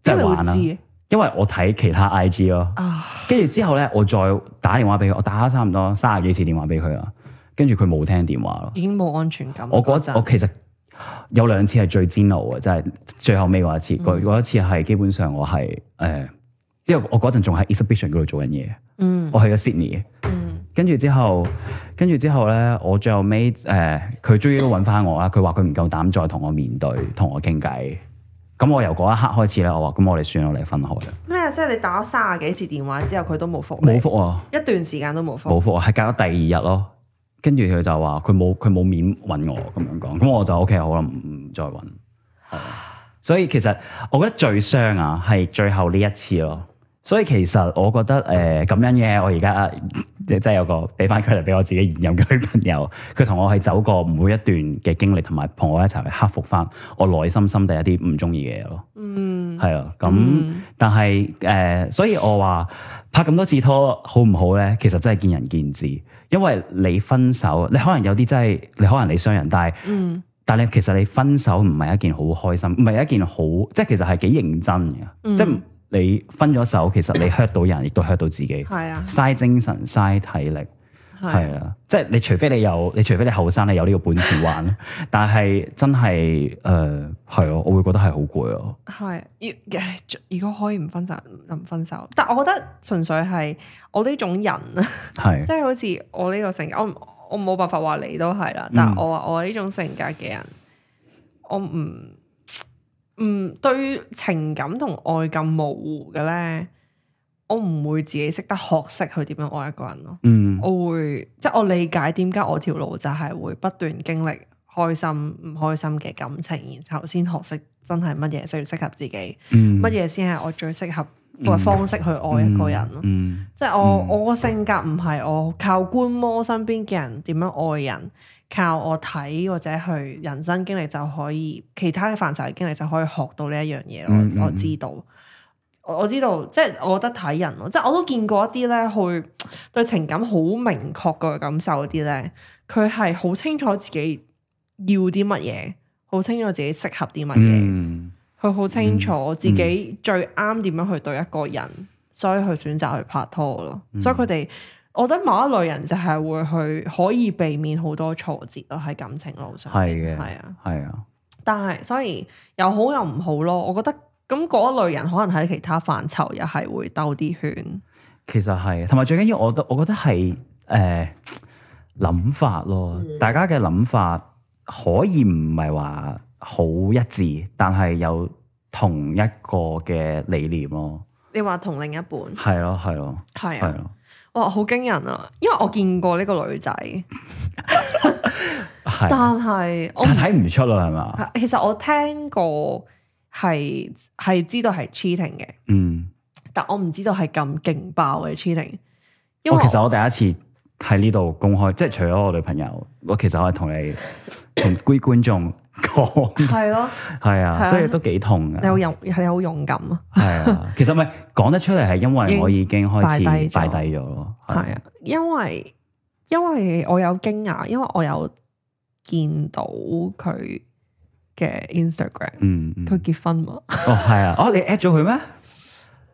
Speaker 1: 即
Speaker 3: 因為
Speaker 1: 係
Speaker 3: 會
Speaker 1: 玩啦。啊
Speaker 3: 知
Speaker 1: 因為我睇其他 IG 咯。
Speaker 3: 啊，
Speaker 1: 跟住之後咧，我再打電話俾佢，我打咗差唔多三十幾次電話俾佢啦。跟住佢冇聽電話咯。
Speaker 3: 已經冇安全感。
Speaker 1: 我嗰
Speaker 3: 陣
Speaker 1: 我其實有兩次係最煎熬嘅，就係、最後尾嗰一次。
Speaker 3: 嗯
Speaker 1: 嗰嗰、一次係基本上我係誒、呃因為我嗰陣仲喺 exhibition 嗰度做緊嘢，
Speaker 3: 嗯
Speaker 1: 我去咗 Sydney 嘅。
Speaker 3: 嗯
Speaker 1: 跟住之後，跟住之後咧，我最後尾誒，呃佢、終於都揾翻我啦。佢話佢唔夠膽再同我面對，同我傾偈。咁我由嗰一刻開始咧，我話咁我哋算啦，我哋分開啦。
Speaker 3: 咩？啊即係你打咗三十幾次電話之後，佢都冇復
Speaker 1: 冇
Speaker 3: 你，
Speaker 1: 覆啊！
Speaker 3: 一段時間都冇復
Speaker 1: 冇。覆我，係隔咗第二日咯。跟住佢就話佢冇佢冇面揾我咁樣講，咁我就 OK 好啦，唔唔再揾。係啊所以其實我覺得最傷啊係最後呢一次咯。所以其實我覺得誒咁、樣嘅，我而家 (laughs) 即係有個俾翻 credit 俾我自己現任嘅女朋友， (laughs) 佢同我係走過每一段嘅經歷，同埋同我一齊去克服翻我內心心底一啲唔中意嘅嘢咯。
Speaker 3: 嗯，
Speaker 1: 係啊，咁、
Speaker 3: 嗯
Speaker 1: 但係誒、呃所以我話拍咁多次拖好唔好咧？其實真係見仁見智，因為你分手，你可能有啲真係你可能你傷人，但係
Speaker 3: 嗯
Speaker 1: 但係其實你分手唔係一件好開心，唔係一件好，即係其實係幾認真嘅，
Speaker 3: 嗯
Speaker 1: 即係你分咗手，其實你 hurt 到人，亦都 hurt 到自己，
Speaker 3: 係啊，
Speaker 1: 嘥精神嘥體力。
Speaker 3: 係
Speaker 1: 係啊，即係你除非你有，你除非你後生，你有呢個本錢
Speaker 3: (laughs)
Speaker 1: 玩，但係真係誒係啊咯，我會覺得係好攰咯。
Speaker 3: 係，如唉 (laughs) 如果可以唔分手，唔分手。但我覺得純粹係我呢種人啊，
Speaker 1: 係
Speaker 3: 即係好似我呢個性格，我唔我冇辦法話你都係啦
Speaker 1: 嗯。
Speaker 3: 但係我話我呢種性格嘅人，我唔唔對情感同愛咁模糊嘅咧，我唔會自己識得學識去點樣愛一個人咯。
Speaker 1: 嗯。
Speaker 3: 我會即係我理解點解我條路就係會不斷經歷開心唔開心嘅感情，然後先學識真係乜嘢最適合自己。
Speaker 1: 嗯
Speaker 3: 乜嘢先係我最適合嘅方式去愛一個人咯。
Speaker 1: 嗯
Speaker 3: 即係我、
Speaker 1: 嗯
Speaker 3: 我個性格唔係我靠觀摩身邊嘅人點樣愛人，靠我睇或者去人生經歷就可以，其他嘅範疇嘅經歷就可以學到呢一樣嘢咯。
Speaker 1: 嗯嗯
Speaker 3: 我我知道。我我知道，即係我覺得睇人咯，即係我都見過一啲咧，去對情感好明確嘅感受嗰啲咧，佢係好清楚自己要啲乜嘢，好清楚自己適合啲乜嘢，
Speaker 1: 嗯，
Speaker 3: 佢好、清楚自己最啱點樣去對一個人，所以佢選擇去拍拖咯。所以佢哋，我覺得某一類人就係會去可以避免好多挫折咯喺感情路上，
Speaker 1: 係嘅，
Speaker 3: 係啊。
Speaker 1: 係啊，
Speaker 3: 但係所以又好又唔好咯，我覺得咁嗰類人可能喺其他範疇又係會兜啲圈，
Speaker 1: 其實係，同埋最緊要我覺得，我覺得係誒諗法咯，
Speaker 3: 嗯
Speaker 1: 大家嘅諗法可以唔係話好一致，但係有同一個嘅理念咯，
Speaker 3: 你話同另一半
Speaker 1: 係咯，係咯，
Speaker 3: 係
Speaker 1: 係
Speaker 3: 啊，
Speaker 1: 咯，
Speaker 3: 哇好驚人啊！因為我見過呢個女仔，
Speaker 1: 係啊，
Speaker 3: 但係我唔
Speaker 1: 但
Speaker 3: (laughs)
Speaker 1: 睇唔出啦，係嘛？
Speaker 3: 其實我聽過係係知道係 cheating 嘅，
Speaker 1: 嗯。
Speaker 3: 但我唔知道係咁勁爆嘅 cheating，因為
Speaker 1: 哦我其實我第一次喺呢度公開，即係除咗我女朋友，我其實我係同你同啲觀眾講，
Speaker 3: (laughs) 係咯，
Speaker 1: 係
Speaker 3: 係啊
Speaker 1: 啊，所以都幾痛
Speaker 3: 你
Speaker 1: 嘅，
Speaker 3: 好勇，你好勇敢啊！
Speaker 1: 係啊。 (laughs) 其實咪講得出嚟係因為我已經開始
Speaker 3: 已經
Speaker 1: 擺
Speaker 3: 擺
Speaker 1: 低
Speaker 3: 低
Speaker 1: 咗咯，係
Speaker 3: 係啊，因為因為我有驚訝，因為我有見到佢嘅 Instagram，
Speaker 1: 嗯，嗯
Speaker 3: 佢結婚
Speaker 1: (laughs)
Speaker 3: 嘛，
Speaker 1: 哦係啊，哦你 at 咗佢咩？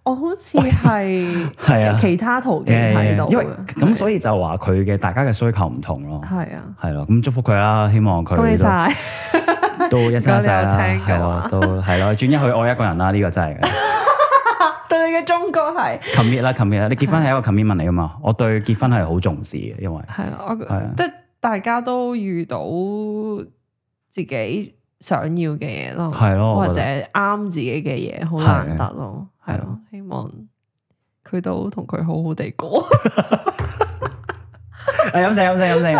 Speaker 3: 我好似係
Speaker 1: (laughs) 係啊
Speaker 3: 其他途徑睇到
Speaker 1: 因為
Speaker 3: 嘅，
Speaker 1: 咁所以就話佢嘅大家嘅需求唔同咯，
Speaker 3: 係啊，
Speaker 1: 係咯，咁祝福佢啦，希望佢
Speaker 3: 恭喜
Speaker 1: 都
Speaker 3: 晒， (laughs)
Speaker 1: 都一生一世啦，
Speaker 3: 如果你有
Speaker 1: 係
Speaker 3: 聽嘅
Speaker 1: 咯
Speaker 3: 話，
Speaker 1: 都係咯，轉一去愛一個人啦，呢個真係嘅。
Speaker 3: (laughs) 對你嘅中國係
Speaker 1: commit 啦，commit 啦，你結婚係一個 commitment 嚟噶嘛？我對結婚係好重視嘅，因為
Speaker 3: 係啦，我
Speaker 1: 係啊
Speaker 3: 即係大家都遇到自己想要嘅嘢咯，
Speaker 1: 係咯我
Speaker 3: 或
Speaker 1: 覺
Speaker 3: 者
Speaker 1: 得
Speaker 3: 啱自己嘅嘢，好
Speaker 1: 係
Speaker 3: 難得咯，係
Speaker 1: 係啊
Speaker 3: 咯，希望佢都同佢好好地過。
Speaker 1: 誒哎飲聲飲聲飲聲，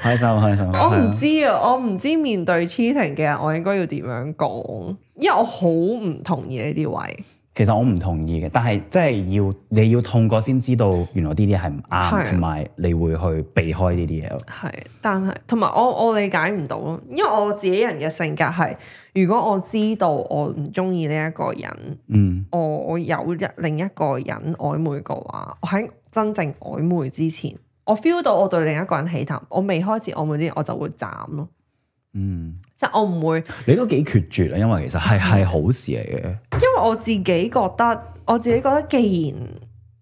Speaker 1: 開心開心。
Speaker 3: 我唔知啊，我唔知面對 cheating 嘅人，我應該要點樣講，因為我好唔同意呢啲位。
Speaker 1: 其實我唔同意嘅，但係即係要你要痛過先知道原來呢啲係唔啱，
Speaker 3: 係
Speaker 1: 同埋你會去避開呢啲嘢咯。
Speaker 3: 係，但係同埋我我理解唔到咯，因為我自己人嘅性格係，如果我知道我唔中意呢一個人，
Speaker 1: 嗯，
Speaker 3: 我有一另一個人曖昧嘅話，我喺真正曖昧之前，我 feel 到我對另一個人起談，我未開始曖昧之前，我就會斬咯，
Speaker 1: 嗯，
Speaker 3: 即係我唔會。
Speaker 1: 你都幾決絕啊，因為其實
Speaker 3: 嗯
Speaker 1: 係係好事嚟嘅。
Speaker 3: 因為我自己覺得，我自己覺得，既然誒、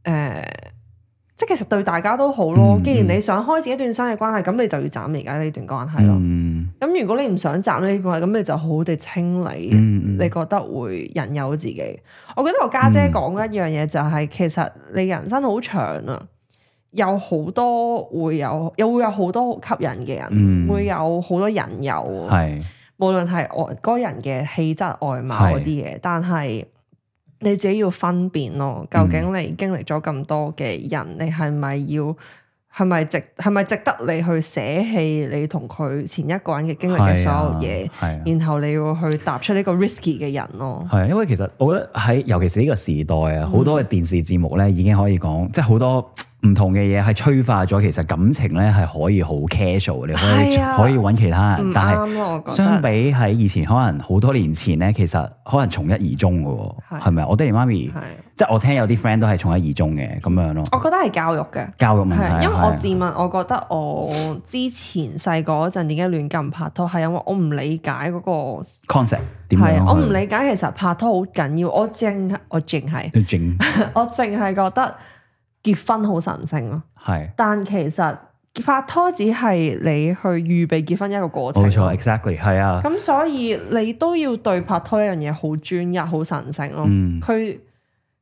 Speaker 3: 呃即係其實對大家都好咯。
Speaker 1: 嗯
Speaker 3: 既然你想開始一段新嘅關係，咁你就要斬而家呢段關係咯。
Speaker 1: 嗯，
Speaker 3: 咁、如果你唔想斬呢段關係，咁你就好好地清理，
Speaker 1: 嗯嗯
Speaker 3: 你覺得會引誘自己。我覺得我家姐講一樣嘢就係、其實你人生好長啊，有好多會有，又會有好多吸引嘅人，
Speaker 1: 嗯
Speaker 3: 會有好多引誘啊。
Speaker 1: 係
Speaker 3: 無論係外嗰人嘅氣質、外貌嗰啲嘢，但係你自己要分辨咯。究竟
Speaker 1: 嗯
Speaker 3: 你經歷咗咁多嘅人，你係咪要係咪值係咪值得你去捨棄你同佢前一個人嘅經歷嘅所有嘢，
Speaker 1: 啊係啊。
Speaker 3: 然後你要去踏出呢個 risky 嘅人咯。
Speaker 1: 係，因為其實我覺得喺尤其是呢個時代
Speaker 3: 嗯
Speaker 1: 啊，好多嘅電視節目咧已經可以講，即係好多唔同嘅嘢係催化咗。其實感情咧係可以好 casual，你可以、
Speaker 3: 係啊
Speaker 1: 可以揾其他
Speaker 3: 唔
Speaker 1: 人，但係
Speaker 3: 啱咯，我覺
Speaker 1: 相
Speaker 3: 得
Speaker 1: 比喺以前可能好多年前咧，其實可能從一而終嘅喎，
Speaker 3: 係
Speaker 1: 係咪啊？我爹哋媽咪
Speaker 3: 係，
Speaker 1: 即係我聽有啲 friend 都係從一而終嘅咁樣咯，
Speaker 3: 我覺得係教育嘅。
Speaker 1: 教育問題
Speaker 3: 係，
Speaker 1: 啊
Speaker 3: 因為
Speaker 1: 係
Speaker 3: 我
Speaker 1: 啊
Speaker 3: 自問，我覺得我之前細個嗰陣點解亂咁拍拖，係因為我唔理解嗰個
Speaker 1: concept 點
Speaker 3: 係啊
Speaker 1: 樣，
Speaker 3: 我唔
Speaker 1: 去
Speaker 3: 理解，其實拍拖好緊要。我淨我淨係 (laughs)
Speaker 1: 都整
Speaker 3: 我淨係覺得結婚好神聖咯， (laughs)
Speaker 1: 係
Speaker 3: 但其實拍拖只係你去預備結婚一個過程。
Speaker 1: 冇錯。，exactly 係啊，
Speaker 3: 咁所以你都要對拍拖一樣嘢好專一、好神聖咯。
Speaker 1: 嗯
Speaker 3: 佢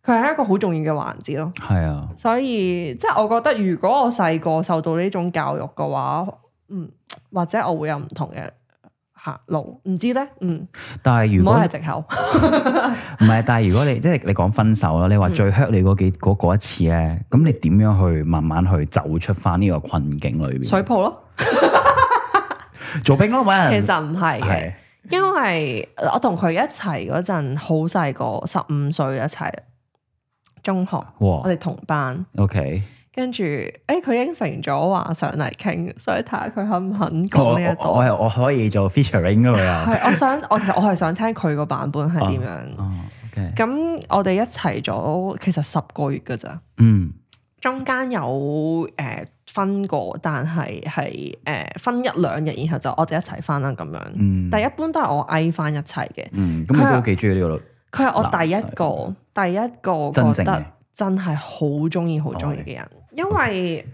Speaker 3: 佢係一個好重要嘅環節咯。
Speaker 1: 係啊，
Speaker 3: 所以即係我覺得，如果我細個受到呢種教育嘅話，嗯，或者我會有唔同嘅行路，唔知咧，嗯，
Speaker 1: 但係如
Speaker 3: 唔好
Speaker 1: 果
Speaker 3: 係藉口。
Speaker 1: 唔係，但係如果你即係你講分手啦，你
Speaker 3: 嗯
Speaker 1: 話最 hurt 你嗰幾嗰嗰一次咧，咁你點樣去慢慢去走出翻呢個困境裏邊？
Speaker 3: 水泡咯，
Speaker 1: 做兵咯，揾
Speaker 3: 其
Speaker 1: 人
Speaker 3: 實唔係嘅，
Speaker 1: 係
Speaker 3: 因為呃我同佢一齊嗰陣好細個，十五歲一齊，中學我
Speaker 1: 哇
Speaker 3: 哋同班，
Speaker 1: ，OK，
Speaker 3: 跟住誒佢應承咗話上嚟傾，所以睇下佢肯唔肯
Speaker 1: 我
Speaker 3: 講呢一
Speaker 1: 我
Speaker 3: 度。 (laughs)
Speaker 1: 我我可以做 featuring 噶嘛？
Speaker 3: 係，我想我其實我係想聽佢個版本係點樣，
Speaker 1: 哦哦，OK，
Speaker 3: 咁我哋一齊咗其實十個月噶咋，
Speaker 1: 嗯
Speaker 3: 中間有誒、呃分過，但係係誒分一兩日，然後就我哋一齊翻啦咁樣。
Speaker 1: 嗯，
Speaker 3: 但一般都係我嗌翻一齊嘅，
Speaker 1: 嗯，咁你都幾中意呢 (laughs) 個女，
Speaker 3: 佢係我
Speaker 1: 男
Speaker 3: 第一
Speaker 1: 仔
Speaker 3: 個第一個
Speaker 1: 真正嘅
Speaker 3: 覺
Speaker 1: 哦
Speaker 3: 得真係好中意好中意嘅人，因為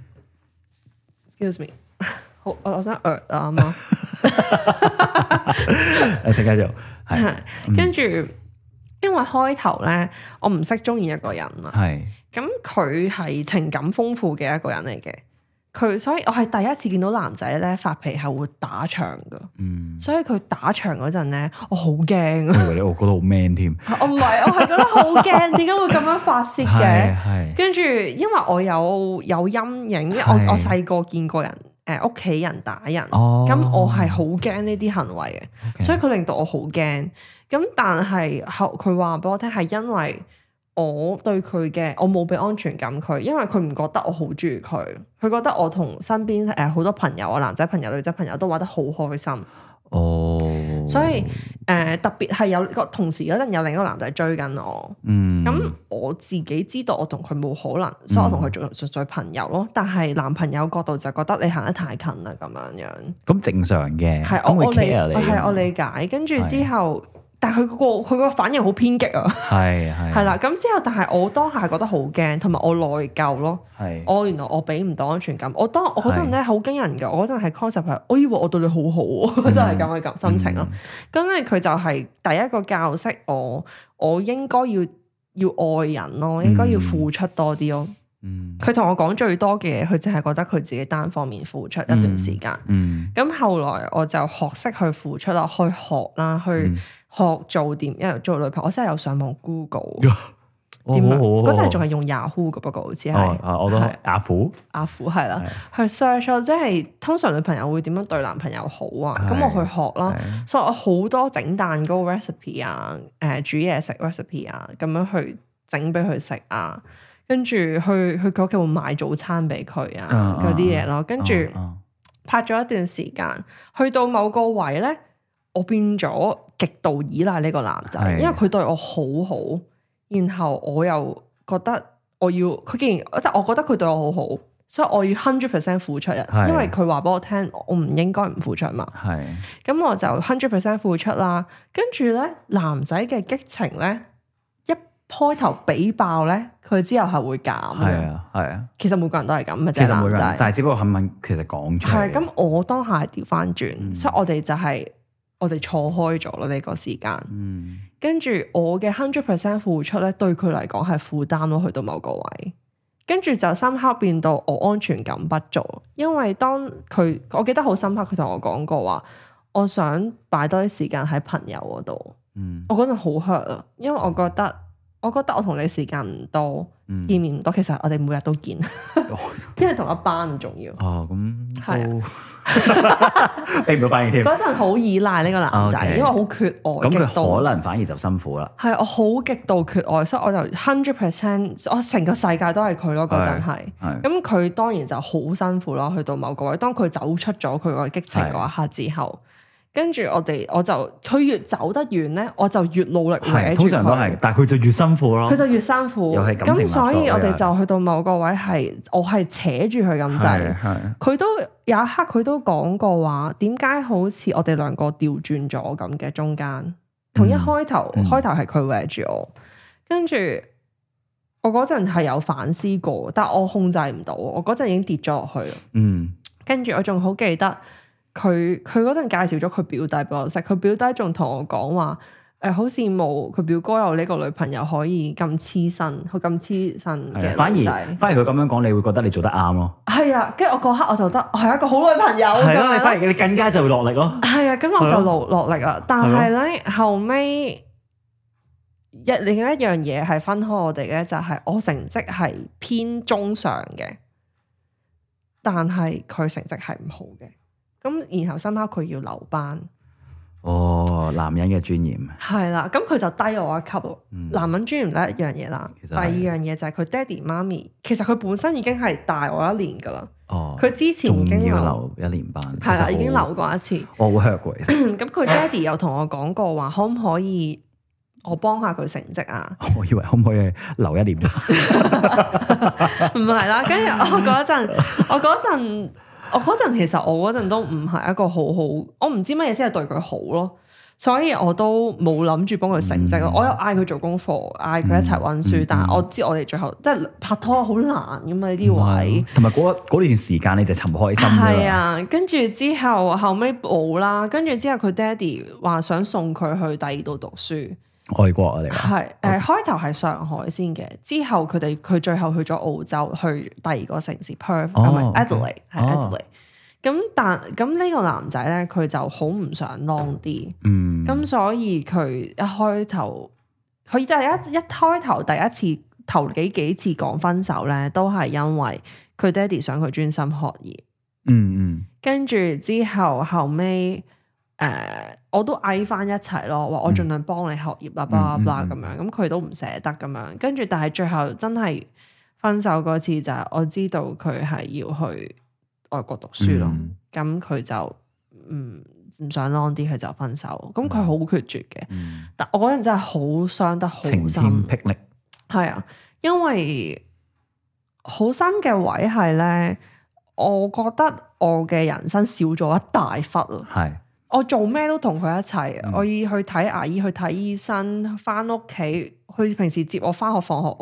Speaker 3: excuse me，好 (laughs) 我我想呃啊嘛。
Speaker 1: 誒，食繼續，係
Speaker 3: 跟住因為開頭咧，我唔識中意一個人嘛，
Speaker 1: 係，
Speaker 3: 咁佢係情感豐富嘅一個人嚟嘅，佢所以我係第一次見到男仔咧發脾氣會打場噶， (laughs)
Speaker 1: 嗯，
Speaker 3: 所以佢打場嗰陣咧，我好
Speaker 1: (laughs)
Speaker 3: 驚啊！
Speaker 1: 我以為你我覺得好 man 添，
Speaker 3: 我唔係，我係覺得好驚，點解會咁樣發泄
Speaker 1: 係
Speaker 3: 嘅？
Speaker 1: 係，
Speaker 3: 跟住因為我有有陰影，因為我
Speaker 1: 係
Speaker 3: 我細個見過人誒屋企人打人，咁、
Speaker 1: 哦
Speaker 3: 我係好驚呢啲行為嘅。
Speaker 1: OK
Speaker 3: 所以佢令到我好驚。咁但係後佢話俾我聽係因為我對佢嘅我冇俾安全感佢，因為佢唔覺得我好中意佢，佢覺得我同身邊誒好多朋友啊，男仔朋友、女仔朋友都玩得好開心。誒、
Speaker 1: 哦，
Speaker 3: 所以特別係有個同時嗰陣有另一個男仔追緊我，
Speaker 1: 嗯，
Speaker 3: 咁、我自己知道我同佢冇可能，所以我同
Speaker 1: 嗯
Speaker 3: 佢做純粹朋友咯。但係男朋友角度就覺得你行得太近啦咁樣樣。
Speaker 1: 咁正常嘅，
Speaker 3: 係
Speaker 1: 啊咁
Speaker 3: 我
Speaker 1: 會
Speaker 3: 我理
Speaker 1: care 你，啊
Speaker 3: 係我理解，跟住之後，但係佢個佢個反應好偏激啊，
Speaker 1: 係係
Speaker 3: 係，啦。咁之後，但係我當下覺得好驚，同埋我內疚咯。
Speaker 1: 係
Speaker 3: 我原來我俾唔到安全感。我當我嗰陣咧好驚人㗎，我嗰陣係 concept 係，我以為我對你好好喎， (laughs) 真係
Speaker 1: 嗯
Speaker 3: 咁嘅咁心情咯。咁咧佢就係第一個教識我，我應該要要愛人咯，應該要付出多啲咯。
Speaker 1: 嗯
Speaker 3: 佢同我講最多嘅嘢，佢淨係覺得佢自己單方面付出一段時間。
Speaker 1: 嗯
Speaker 3: 咁後來我就學識去付出啦，去學啦，去
Speaker 1: 嗯
Speaker 3: 學做點，因為做女朋友，我真係有上網 Google
Speaker 1: (laughs) 哦
Speaker 3: 點
Speaker 1: 好
Speaker 3: 樣
Speaker 1: 好
Speaker 3: 嗰陣係仲
Speaker 1: 係
Speaker 3: 係用 Yahoo 嘅，不過好似
Speaker 1: 哦
Speaker 3: 係
Speaker 1: 啊，我都
Speaker 3: 係
Speaker 1: 阿虎
Speaker 3: 阿虎係啦，去 search 咯即係通常女朋友會點樣對男朋友好啊？咁
Speaker 1: 係
Speaker 3: 我去學啦，
Speaker 1: 係
Speaker 3: 所以我好多整蛋糕 recipe 啊，誒煮嘢食 recipe 啊，咁樣去整俾佢食啊，跟住去去佢屋企會買早餐俾佢啊
Speaker 1: 嗯
Speaker 3: 嗰啲嘢咯，跟住。
Speaker 1: 哦
Speaker 3: 拍咗一段時間，去到某個位咧，我變咗極度依賴呢個男仔，
Speaker 1: 係
Speaker 3: 因為佢對我好好，然後我又覺得我要佢既然即係我覺得佢對我好好，所以我要 hundred percent 付出啊，
Speaker 1: 係
Speaker 3: 因為佢話俾我聽，我唔應該唔付出嘛，
Speaker 1: 係
Speaker 3: 咁我就 hundred percent 付出啦。跟住咧，男仔嘅激情咧，一開頭俾爆咧，佢之後係會減
Speaker 1: 係
Speaker 3: 嘅。
Speaker 1: 啊係啊，
Speaker 3: 其實每個人都係咁嘅，
Speaker 1: 其
Speaker 3: 即係
Speaker 1: 實每
Speaker 3: 男
Speaker 1: 個人
Speaker 3: 仔，。
Speaker 1: 但係只不過肯唔肯其實講出
Speaker 3: 係
Speaker 1: 嚟，
Speaker 3: 咁，我當下係調翻轉，
Speaker 1: 嗯
Speaker 3: 所以我哋就係、我哋錯開咗咯呢個時間，
Speaker 1: 嗯
Speaker 3: 跟住我嘅 hundred percent 付出咧，對佢嚟講係負擔咯，去到某個位，跟住就深刻變到我安全感不足，因為當佢，我記得好深刻，佢同我講過話，我想擺多啲時間喺朋友嗰度，
Speaker 1: 嗯
Speaker 3: 我嗰陣好 hurt 啊，因為我覺得，我覺得我同你時間唔多，
Speaker 1: 嗯 (laughs)
Speaker 3: 見面唔多，其實我哋每日都見，因為同一班唔重要。
Speaker 1: 哦咁
Speaker 3: 係啊
Speaker 1: 都 (laughs) 俾唔到反應添，
Speaker 3: 嗰陣好依賴呢個男仔
Speaker 1: OK
Speaker 3: 因為好缺愛，
Speaker 1: 咁
Speaker 3: 極度
Speaker 1: 佢可能反而就辛苦啦，
Speaker 3: 係我好極度缺愛，所以我就 hundred percent，我成個世界都係佢咯。嗰陣係，
Speaker 1: 係
Speaker 3: 咁佢當然就好辛苦啦。去到某個位，當佢走出咗佢個激情
Speaker 1: 係
Speaker 3: 嗰一刻之後，跟住我哋我就佢越走得遠咧，我就越努力搲
Speaker 1: 係
Speaker 3: 住
Speaker 1: 通常都係
Speaker 3: 佢，。
Speaker 1: 但係佢就越辛苦咯
Speaker 3: 佢，就越辛苦，
Speaker 1: 又係感情
Speaker 3: 咁
Speaker 1: 勒索
Speaker 3: 所以我哋
Speaker 1: 又係
Speaker 3: 就去到某個位係，我係扯住佢咁
Speaker 1: 係，
Speaker 3: 滯
Speaker 1: 係
Speaker 3: 佢都有一刻佢都講過話，點解好似我哋兩個調轉咗咁嘅中間，同一開頭、
Speaker 1: 嗯
Speaker 3: 開頭係佢搲住我，跟住我嗰陣係有反思過，但我控制唔到，我嗰陣已經跌咗落去啦。
Speaker 1: 嗯
Speaker 3: 跟住我仲好記得佢佢嗰陣介紹咗佢表弟俾我識，佢表弟仲同我講話。誒好羨慕佢表哥有呢個女朋友可以咁黐身，佢咁黐身
Speaker 1: 係啊
Speaker 3: 嘅
Speaker 1: 反
Speaker 3: 女仔。
Speaker 1: 而反而佢咁樣講，你會覺得你做得啱咯。
Speaker 3: 係啊，跟住我嗰刻我就覺得我係一個好女朋友咁
Speaker 1: 係
Speaker 3: 樣
Speaker 1: 咯，你
Speaker 3: 啦
Speaker 1: 反而你更加就會落力
Speaker 3: (laughs)
Speaker 1: 咯。
Speaker 3: 係啊，咁我
Speaker 1: 係咯
Speaker 3: 就落落力啦。但係咧後尾一另一樣嘢係分開我哋嘅，就係、我成績係偏中上嘅，但係佢成績係唔好嘅。咁然後深刻佢要留班，
Speaker 1: 哦，男人嘅尊嚴，
Speaker 3: 係啦，咁佢就低我一級咯。
Speaker 1: 嗯
Speaker 3: 男人專唔得一樣嘢啦，
Speaker 1: 其實
Speaker 3: 第
Speaker 1: 係
Speaker 3: 二樣嘢就係佢爹哋媽咪，其實佢本身已經係大我一年噶啦，
Speaker 1: 哦，
Speaker 3: 佢之前已
Speaker 1: 仲
Speaker 3: 經
Speaker 1: 要
Speaker 3: 留
Speaker 1: 留一年班，
Speaker 3: 係
Speaker 1: 其實
Speaker 3: 啦，
Speaker 1: 我
Speaker 3: 已經留過一次。 (laughs)
Speaker 1: 我好 hurt 過其實
Speaker 3: 咁佢爹哋又同我講過話，可唔可以我幫下佢成績啊，
Speaker 1: 我以為可唔可以留一年？
Speaker 3: 唔係啦。跟住我嗰陣，我嗰陣，我嗰陣其實我嗰陣都唔係一個好好，我唔知乜嘢先係對佢好咯。所以我都冇諗住幫佢成績咯，我有嗌佢做功課，嗌佢一齊温書，但係我知我哋最後即係拍拖好難噶嘛呢啲位。
Speaker 1: 同埋嗰嗰段時間你就尋開心㗎
Speaker 3: 係
Speaker 1: 啦。
Speaker 3: 啊，跟住之後後尾冇啦，跟住之後佢爹哋話想送佢去第二度讀書，
Speaker 1: 外國啊，你話
Speaker 3: 係誒開頭係上海先嘅，之後佢哋佢最後去咗澳洲，去第二個城市 Perth，
Speaker 1: 哦
Speaker 3: 啊唔係
Speaker 1: OK
Speaker 3: Adelaide，係
Speaker 1: 哦
Speaker 3: Adelaide。咁但咁呢個男仔咧，佢就好唔想 long 啲，
Speaker 1: 嗯，
Speaker 3: 咁所以佢一開頭，佢第一一開頭第一次頭幾幾次講分手咧，都係因為佢爹哋想佢專心學業。
Speaker 1: 嗯
Speaker 3: 跟住之後後尾，誒、我都嗌翻一齊咯，話我盡量幫你學業啦，巴拉巴拉
Speaker 1: 嗯
Speaker 3: 咁樣，咁佢都唔捨得咁樣，跟住但係最後真係分手嗰次就係我知道佢係要去外國讀書咯
Speaker 1: 嗯，
Speaker 3: 咁佢、就嗯唔想 long 啲，佢就分手，咁佢好決絕嘅，
Speaker 1: 嗯嗯，
Speaker 3: 但我嗰陣真係好傷得好
Speaker 1: 晴
Speaker 3: 深，
Speaker 1: 天霹靂，
Speaker 3: 係啊，因為好深嘅位係咧，我覺得我嘅人生少咗一大忽啊！
Speaker 1: 係
Speaker 3: 我做咩都同佢一齊，
Speaker 1: 嗯
Speaker 3: 我要去睇牙醫，去睇醫生，翻屋企，佢平時接我翻學放學。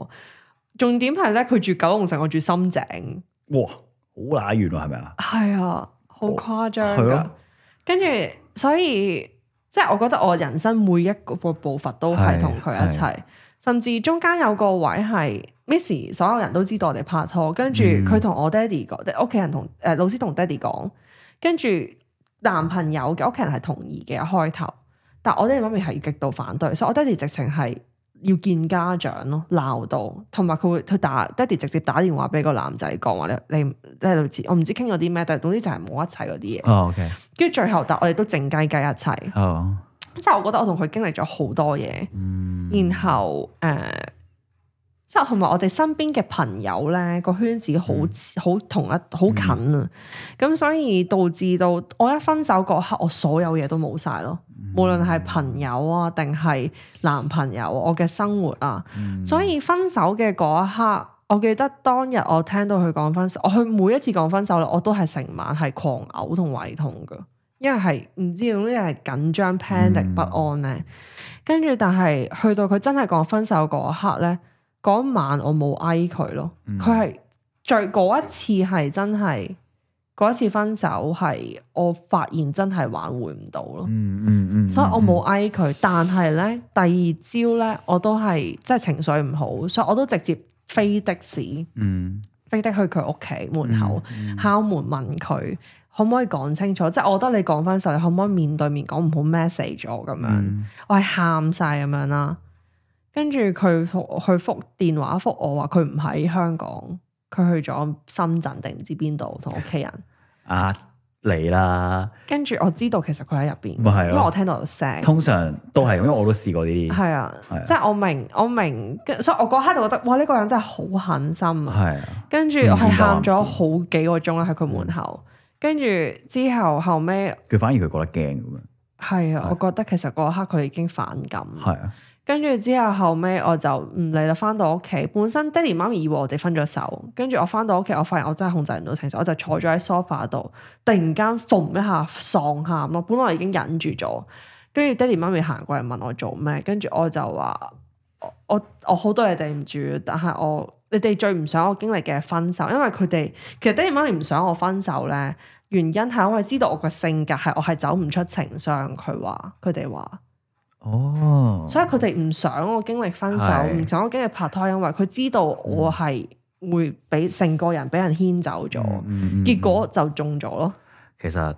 Speaker 3: 重點係咧，佢住九龍城，我住深井，
Speaker 1: 哇，好乸遠喎，係咪啊？
Speaker 3: 係啊，好誇張
Speaker 1: 係
Speaker 3: 噶
Speaker 1: 啊。
Speaker 3: 跟住，所以即係我覺得我人生每一個步伐都係同佢一齊，甚至中間有個位係 Miss 所有人都知道我哋拍拖，跟住
Speaker 1: 嗯
Speaker 3: 佢同我爹哋講，屋企人同誒、呃老師同爹哋講，跟住男朋友嘅屋企人係同意嘅開頭，但我爹哋媽咪係極度反對，所以我爹哋直情係。要見家長咯，鬧到，同埋佢會佢打爹哋直接打電話俾個男仔講話你你你係類似我唔知傾咗啲咩，但係總之就係冇一齊嗰啲嘢。
Speaker 1: 哦，OK，
Speaker 3: 跟住最後，但我哋都靜雞雞一齊，
Speaker 1: 哦，
Speaker 3: 即係我覺得我同佢經歷咗好多嘢，
Speaker 1: 嗯，
Speaker 3: 然後誒、呃即係同埋我哋身邊嘅朋友咧個圈子好好同一好近啊，咁、所以導致到我一分手嗰刻，我所有嘢都冇晒咯，
Speaker 1: 嗯
Speaker 3: 無論係朋友啊，定係男朋友啊，我嘅生活啊，
Speaker 1: 嗯
Speaker 3: 所以分手嘅嗰一刻。我記得當日我聽到佢講分手，我佢每一次講分手咧，我都係成晚係狂嘔同胃痛噶，因為係唔知總之係緊張 panic
Speaker 1: 嗯
Speaker 3: 不安咧。跟住但係去到佢真係講分手嗰一刻咧，嗰晚我冇哀佢咯，
Speaker 1: 嗯
Speaker 3: 佢係最嗰一次係真係嗰一次分手係我發現真係挽回唔到咯。
Speaker 1: 嗯嗯嗯，
Speaker 3: 所以我冇嗌佢，但係咧第二朝咧，我都係即係情緒唔好，所以我都直接飛的士，
Speaker 1: 嗯，
Speaker 3: 飛的去佢屋企
Speaker 1: 嗯
Speaker 3: 門口，
Speaker 1: 嗯
Speaker 3: 敲門問佢可唔可以講清楚，即係我覺得你講分手，你可唔可以面對面講，唔好 message 我咁樣，
Speaker 1: 嗯
Speaker 3: 我係喊晒咁樣啦。跟住佢覆佢覆電話覆我話佢唔喺香港，佢去咗深圳定唔知邊度同屋企人。
Speaker 1: 啊嚟啦，
Speaker 3: 跟住我知道其實佢喺入邊，
Speaker 1: 咪係咯
Speaker 3: 因為我聽到有聲。
Speaker 1: 通常都係，因為我都試過呢啲，
Speaker 3: 係啊
Speaker 1: 係啊，
Speaker 3: 即係我明，我明，跟所以我嗰刻就覺得，哇！呢、個人真係好狠心啊！
Speaker 1: 係啊，
Speaker 3: 跟住
Speaker 1: 嗯
Speaker 3: 我係喊
Speaker 1: 見就
Speaker 3: 咗
Speaker 1: 喊
Speaker 3: 好幾個鐘啦，喺佢門口。
Speaker 1: 嗯
Speaker 3: 跟住之後後尾
Speaker 1: 佢反而佢覺得驚咁樣，
Speaker 3: 係
Speaker 1: 係
Speaker 3: 啊，我覺得其實嗰刻佢已經反感。
Speaker 1: 係啊，
Speaker 3: 跟住之後後尾我就唔理啦，翻到屋企，本身爹哋媽咪以為我哋分咗手，跟住我翻到屋企，我發現我真係控制唔到情緒，我就坐咗喺 sofa 度，突然間嘣一下喪喊咯，本來已經忍住咗，跟住爹哋媽咪行過嚟問我做咩，跟住我就話我我我好多嘢對唔住，但係我你哋最唔想我經歷嘅係分手，因為佢哋其實爹哋媽咪唔想我分手咧，原因係因為知道我個性格係我係走唔出情傷，佢話佢哋話。
Speaker 1: 哦，
Speaker 3: 所以佢哋唔想我經歷分手，
Speaker 1: 係
Speaker 3: 唔想我經歷拍拖，因為佢知道我係會俾成個人俾人牽走咗，
Speaker 1: 嗯嗯
Speaker 3: 結果就中咗咯。
Speaker 1: 其實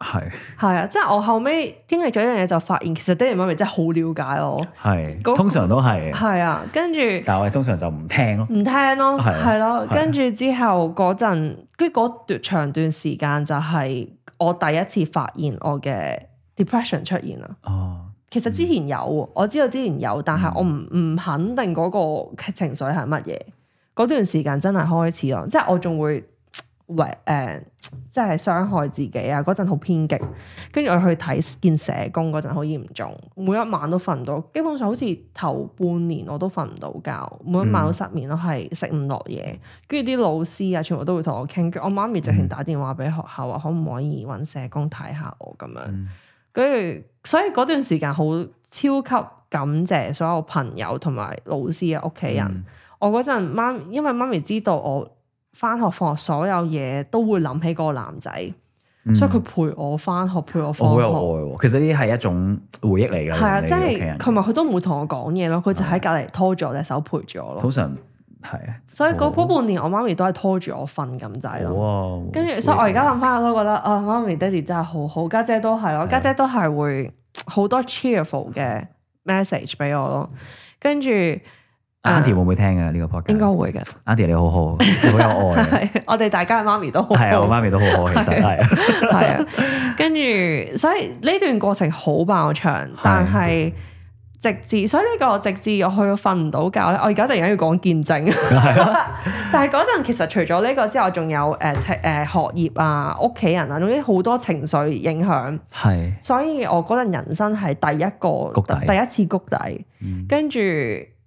Speaker 1: 係
Speaker 3: 係啊，即係我後尾經歷咗一樣嘢，就發現其實爹哋媽咪真係好了解
Speaker 1: 係，
Speaker 3: 嗰個
Speaker 1: 通常都
Speaker 3: 我。
Speaker 1: 係，
Speaker 3: 係啊，跟住
Speaker 1: 但係我哋通常就唔聽咯，
Speaker 3: 唔聽咯，
Speaker 1: 係啊
Speaker 3: 係咯，
Speaker 1: 係啊
Speaker 3: 跟住之後嗰陣，跟住嗰段長段時間就係我第一次發現我嘅 depression 出現啦。
Speaker 1: 哦，
Speaker 3: 其實之前有喎，我知道之前有，但係我唔唔肯定嗰個情緒係乜嘢。嗰段時間真係開始咯，即係我仲會為誒、呃即係傷害自己啊！嗰陣好偏激，跟住我去睇見社工嗰陣好嚴重，每一晚都瞓唔到，基本上好似頭半年我都瞓唔到覺，每一晚都失眠咯，係食唔落嘢，跟住啲老師啊，全部都會同我傾，跟住我媽咪直
Speaker 1: 嗯
Speaker 3: 情打電話俾學校話可唔可以揾社工睇下我咁樣。
Speaker 1: 嗯
Speaker 3: 跟住，所以嗰段時間好超級感謝所有朋友同埋老師啊、屋企人。
Speaker 1: 嗯
Speaker 3: 我嗰陣媽，因為媽咪知道我翻學放學所有嘢都會諗起嗰個男仔，所以佢陪我翻學，陪我
Speaker 1: 我嗯
Speaker 3: 放
Speaker 1: 好
Speaker 3: 學。
Speaker 1: 有愛喎。其實呢啲係一種回憶嚟㗎。
Speaker 3: 係啊，
Speaker 1: 你
Speaker 3: 即
Speaker 1: 屋企人
Speaker 3: 係佢咪佢都唔會同我講嘢咯，佢就喺隔離拖住我隻手陪住我
Speaker 1: 通
Speaker 3: 咯。
Speaker 1: 常係啊，
Speaker 3: 所以嗰
Speaker 1: 好
Speaker 3: 嗰半年我媽咪都係拖住我瞓咁滯咯。
Speaker 1: 好啊。
Speaker 3: 跟住，所以我而家諗翻，我都覺得啊，媽咪、爹哋真係好好，家姐都係啊咯，家姐都係會好多 cheerful 嘅 message 俾我咯。跟住
Speaker 1: 阿 Andy 會唔會聽啊？呢個 podcast
Speaker 3: 應該會嘅，
Speaker 1: Andy 你好好，你好有愛啊。
Speaker 3: 係我哋大家嘅媽咪 (laughs) 都好好，
Speaker 1: 係啊，我媽咪都好好，其實係
Speaker 3: 係啊。跟住，所以呢段過程好爆長，但係直至，所以呢個直至我去到瞓唔到覺咧，我而家突然間要講見證。 (laughs) 但係啊嗰陣其實除咗呢個之外，仲有誒情誒學業啊、屋企人啊，總之好多情緒影響。
Speaker 1: 係
Speaker 3: 所以我嗰陣人生係第一個
Speaker 1: 谷底
Speaker 3: 第一次谷底，
Speaker 1: 嗯
Speaker 3: 跟住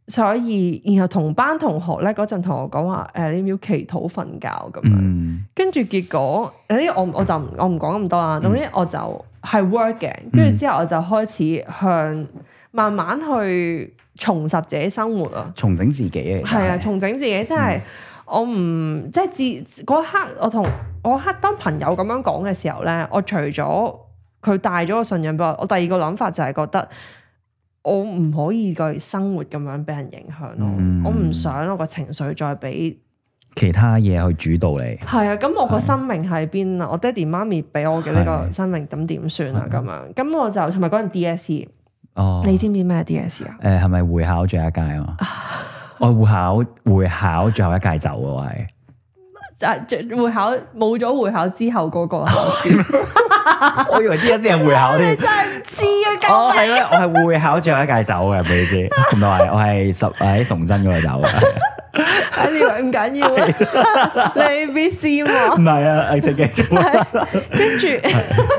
Speaker 3: 所以然後同班同學咧嗰陣同我講話誒，你要唔要祈禱瞓覺咁樣？
Speaker 1: 嗯
Speaker 3: 跟住、結果有啲我我就唔我唔講咁多啦，總之我就係 work 嘅，
Speaker 1: 嗯
Speaker 3: 跟住之後我就開始向慢慢去重拾自己生活啊。
Speaker 1: 重整自己啊。其實
Speaker 3: 係啊，重整自己
Speaker 1: 嗯
Speaker 3: 真係我唔即係自嗰一刻，我同我一刻當朋友咁樣講嘅時候咧，我除咗佢帶咗個信任俾我，我第二個諗法就係覺得我唔可以個生活咁樣俾人影響咯，
Speaker 1: 嗯
Speaker 3: 我唔想我個情緒再俾
Speaker 1: 其他嘢去主導你。
Speaker 3: 係啊，咁我個生命喺邊啊？我爹哋媽咪俾我嘅呢個
Speaker 1: 係
Speaker 3: 生命咁點算啊？咁樣咁我就同埋嗰陣 E DSE，
Speaker 1: 哦，
Speaker 3: 你知唔知咩 DSE 啊？
Speaker 1: 誒係咪會考最後一屆
Speaker 3: (laughs)
Speaker 1: 啊？我會考會考最後一屆走啊！我
Speaker 3: (laughs)
Speaker 1: 係
Speaker 3: 就係啊會考冇咗會考之後嗰個考試。
Speaker 1: 我以為 D S 係會考添。
Speaker 3: (laughs) 知啊，
Speaker 1: 哦，係咩？我係會考最後一屆走嘅，俾你知。唔係，我係十喺崇真嗰度
Speaker 3: (laughs)
Speaker 1: 走啊嘅。
Speaker 3: anyway 唔緊要啦， (laughs) 你 A B C 嘛
Speaker 1: 唔，係啊，係正嘅做。
Speaker 3: 跟住 (laughs)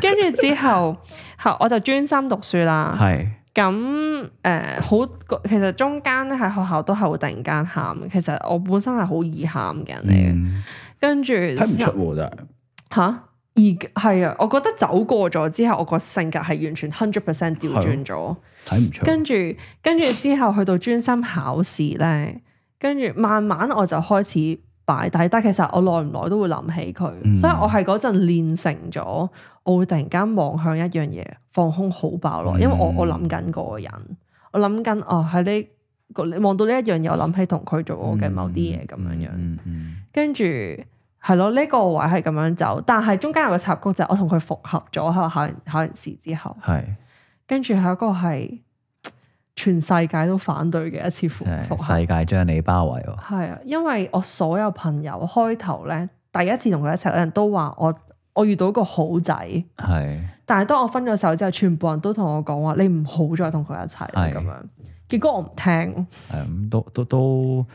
Speaker 3: 跟住之後，後我就專心讀書啦。
Speaker 1: 係
Speaker 3: 咁誒、呃好，其實中間咧喺學校都係會突然間喊。其實我本身係好易喊嘅人嚟嘅，
Speaker 1: 嗯
Speaker 3: 跟住
Speaker 1: 喎，真係。
Speaker 3: 吓，而係啊，我覺得走過咗之後，我個性格係完全 hundred percent 調轉咗。
Speaker 1: 睇唔出。
Speaker 3: 跟住跟住之後去到專心考試咧，跟住慢慢我就開始擺低，但其實我耐唔耐都會諗起佢，
Speaker 1: 嗯
Speaker 3: 所以我係嗰陣練成咗，我會突然間望向一樣嘢，放空好爆咯，因為我
Speaker 1: 嗯
Speaker 3: 我諗緊嗰個人，我諗緊哦喺呢個望到呢一樣嘢，我諗起同佢做過嘅某啲嘢咁樣樣。
Speaker 1: 嗯嗯
Speaker 3: 跟住係咯，呢、個位係咁樣走，但係中間有個插曲就係我同佢復合咗喺考完考完試之後，
Speaker 1: 係
Speaker 3: 跟住係一個係全世界都反對嘅一次復
Speaker 1: 真係
Speaker 3: 復合，
Speaker 1: 世界將你包圍喎。
Speaker 3: 係啊，因為我所有朋友開頭咧第一次同佢一齊嘅人都話我我遇到個好仔，
Speaker 1: 係
Speaker 3: 但係當我分咗手之後，全部人都同我講話你唔好再同佢一齊啦
Speaker 1: 係
Speaker 3: 咁樣，結果我唔聽， (laughs)
Speaker 1: 係咁都都都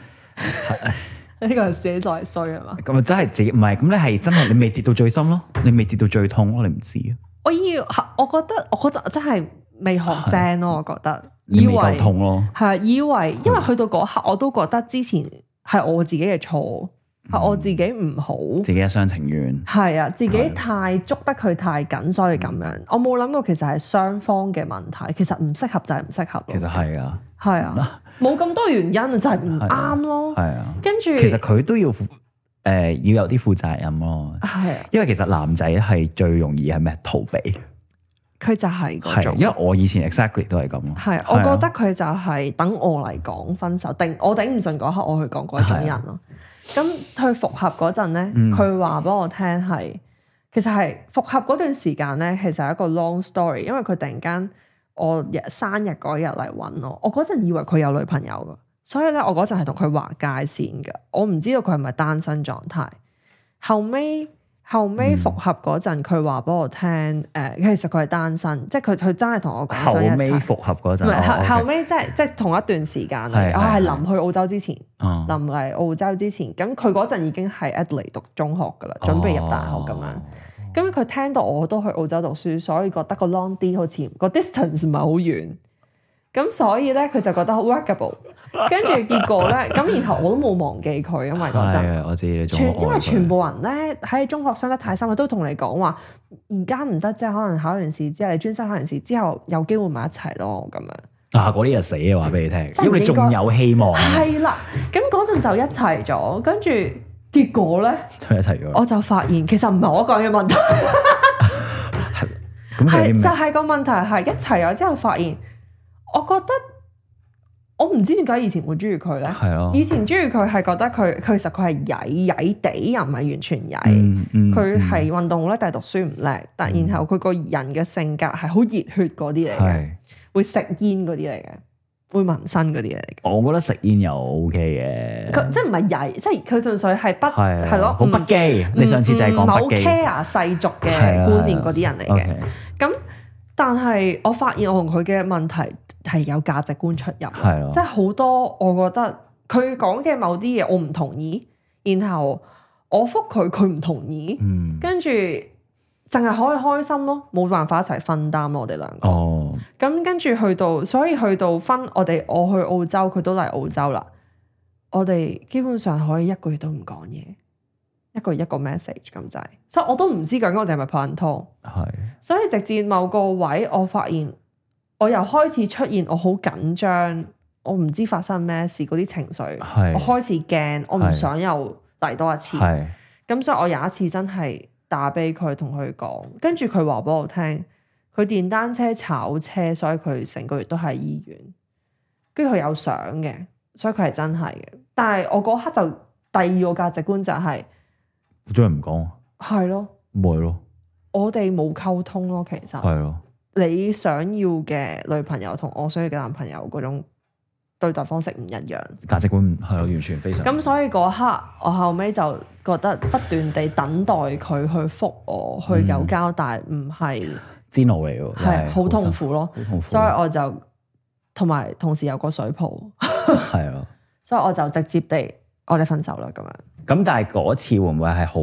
Speaker 3: 呢個係寫在衰啊嘛。
Speaker 1: 咁啊！真係自己唔係咁，你係真係你未跌到最深咯，你未跌到最痛咯，你唔知啊。
Speaker 3: 我要，我覺得我覺得真係未學精咯，我覺得
Speaker 1: 啊你
Speaker 3: 以
Speaker 1: 未夠
Speaker 3: 為
Speaker 1: 痛咯。
Speaker 3: 係啊以為，
Speaker 1: 嗯
Speaker 3: 因為去到嗰刻我都覺得之前係我自己嘅錯，
Speaker 1: 嗯
Speaker 3: 係我自己唔好。
Speaker 1: 自己一廂情願。
Speaker 3: 係啊，自己
Speaker 1: 係
Speaker 3: 太捉得佢太緊，所以咁樣。
Speaker 1: 嗯
Speaker 3: 我冇諗過其實係雙方嘅問題，其實唔適合就係唔適合咯。
Speaker 1: 其實係啊，
Speaker 3: 係啊，冇咁多原因就係唔
Speaker 1: 係啊
Speaker 3: 啱咯。
Speaker 1: 係啊，
Speaker 3: 跟住
Speaker 1: 其實佢都要負誒、要有啲負責任咯。
Speaker 3: 係啊，
Speaker 1: 因為其實男仔係最容易係咩逃避，
Speaker 3: 佢就係嗰
Speaker 1: 係
Speaker 3: 種
Speaker 1: 因為我以前 exactly 都係啊咁咯。
Speaker 3: 係，我覺得佢就係等我嚟講分手，定我頂唔順嗰刻我去講嗰種人咯。咁佢復合嗰陣咧，
Speaker 1: 啊嗯
Speaker 3: 佢話俾我聽係，其實係復合嗰段時間咧，其實係一個 long story，因為佢突然間我日生日嗰日嚟揾我，我嗰陣以為佢有女朋友噶，所以咧我嗰陣係同佢劃界線嘅，我唔知道佢係咪單身狀態。後尾後
Speaker 1: 嗯
Speaker 3: 尾復合嗰陣，佢話俾我聽，誒、其實佢係單身，即係佢佢真係同我講
Speaker 1: 後
Speaker 3: 想一
Speaker 1: 尾
Speaker 3: 齊。
Speaker 1: 復合嗰
Speaker 3: 唔
Speaker 1: 陣，
Speaker 3: 係
Speaker 1: 哦
Speaker 3: 後
Speaker 1: ，OK
Speaker 3: 後尾即係即係同一段時間嚟
Speaker 1: 係
Speaker 3: 嘅，我係
Speaker 1: 係
Speaker 3: 臨去澳洲之前，
Speaker 1: 哦
Speaker 3: 臨嚟澳洲之前，咁佢嗰陣已經喺 Adelaide 讀中學噶啦，
Speaker 1: 哦
Speaker 3: 準備入大學咁樣。咁佢聽到我都去澳洲讀書，所以覺得個 long D 好似個 distance 唔係好遠，咁所以咧佢就覺得好 workable。跟住結果
Speaker 1: (laughs)
Speaker 3: 咧，咁然後我都冇忘記佢，因為嗰陣。
Speaker 1: 係啊，我知你仲
Speaker 3: 全因為
Speaker 1: 為
Speaker 3: 全部人咧喺中學生得太深，佢都同你講話，而家唔得啫，可能考完試之後，你專心考完試之後有機會埋一齊咯，咁樣。
Speaker 1: 啊嗰啲就死啊！話俾你聽，
Speaker 3: 真係唔
Speaker 1: 因為你
Speaker 3: 應該
Speaker 1: 仲有希望，啊
Speaker 3: 係啦，咁嗰陣就一齊咗，跟住結果咧，
Speaker 1: 就一齊咗。
Speaker 3: 我就發現其實唔係我講嘅問題，
Speaker 1: 咁佢
Speaker 3: 係
Speaker 1: 啲
Speaker 3: 就
Speaker 1: 咩
Speaker 3: 係個問題係一齊咗之後發現，我覺得我唔知點解以前會中意佢咧。
Speaker 1: 係咯，
Speaker 3: 以前中意佢係覺得佢佢其實佢係曳曳地，又唔係完全曳。
Speaker 1: 嗯嗯
Speaker 3: 佢
Speaker 1: 嗯
Speaker 3: 係運動好叻，但係讀書唔叻。但然後佢個人嘅性格係好熱血嗰啲嚟嘅，
Speaker 1: 係，
Speaker 3: 會食煙嗰啲嚟嘅，會紋身嗰啲嚟嘅。
Speaker 1: 我覺得食煙又 OK 嘅，
Speaker 3: 佢即係唔係曳，即係佢純粹係不
Speaker 1: 係啊
Speaker 3: 係咯，
Speaker 1: 好不
Speaker 3: 唔
Speaker 1: 羈。你上次就係
Speaker 3: 唔唔
Speaker 1: 講
Speaker 3: 係
Speaker 1: 不羈，
Speaker 3: 好嗯 care 世俗嘅
Speaker 1: 係啊
Speaker 3: 觀念嗰啲人嚟嘅。
Speaker 1: OK，
Speaker 3: 咁但係我發現我同佢嘅問題係有價值觀出入
Speaker 1: 係
Speaker 3: 咯，
Speaker 1: 咯
Speaker 3: 即係好多我覺得佢講嘅某啲嘢我唔同意，然後我覆佢佢唔同意。
Speaker 1: 嗯，
Speaker 3: 跟住淨係可以開心咯，冇辦法一齊分擔咯，我哋兩個。
Speaker 1: 哦，
Speaker 3: 咁跟住去到，所以去到分我哋我去澳洲，佢都嚟澳洲啦。我哋基本上可以一個月都唔講嘢，一個月一個 message 咁滯，所以我都唔知究竟我哋係咪拍緊拖。
Speaker 1: 係
Speaker 3: 所以直至某個位，我發現我又開始出現我好緊張，我唔知發生咩事嗰啲情緒，
Speaker 1: 係
Speaker 3: 我開始驚，我唔
Speaker 1: 係
Speaker 3: 想又嚟多一次。
Speaker 1: 係
Speaker 3: 咁所以我有一次真係打俾佢，同佢講，跟住佢話俾我聽，佢電單車炒車，所以佢成個月都喺醫院。跟住佢有相嘅，所以佢係真係嘅。但係我嗰刻就第二個價值觀就係、
Speaker 1: 真係唔講，
Speaker 3: 係咯，
Speaker 1: 咪咯，
Speaker 3: 我哋冇溝通咯。其實
Speaker 1: 係咯，
Speaker 3: 你想要嘅女朋友同我想要嘅男朋友嗰種對待方式唔一樣。
Speaker 1: 價值觀係咯，完全非常
Speaker 3: 咁所以嗰刻，我後尾就覺得不斷地等待佢去覆我，
Speaker 1: 嗯
Speaker 3: 去有交代，唔係
Speaker 1: 煎熬嚟喎，
Speaker 3: 係好痛
Speaker 1: 苦，
Speaker 3: 苦咯。
Speaker 1: 好痛苦，
Speaker 3: 所以我就同埋同時有個水泡， (laughs)
Speaker 1: 係啊咯。
Speaker 3: 所以我就直接地我哋分手啦咁樣。
Speaker 1: 咁但係嗰次會唔會係好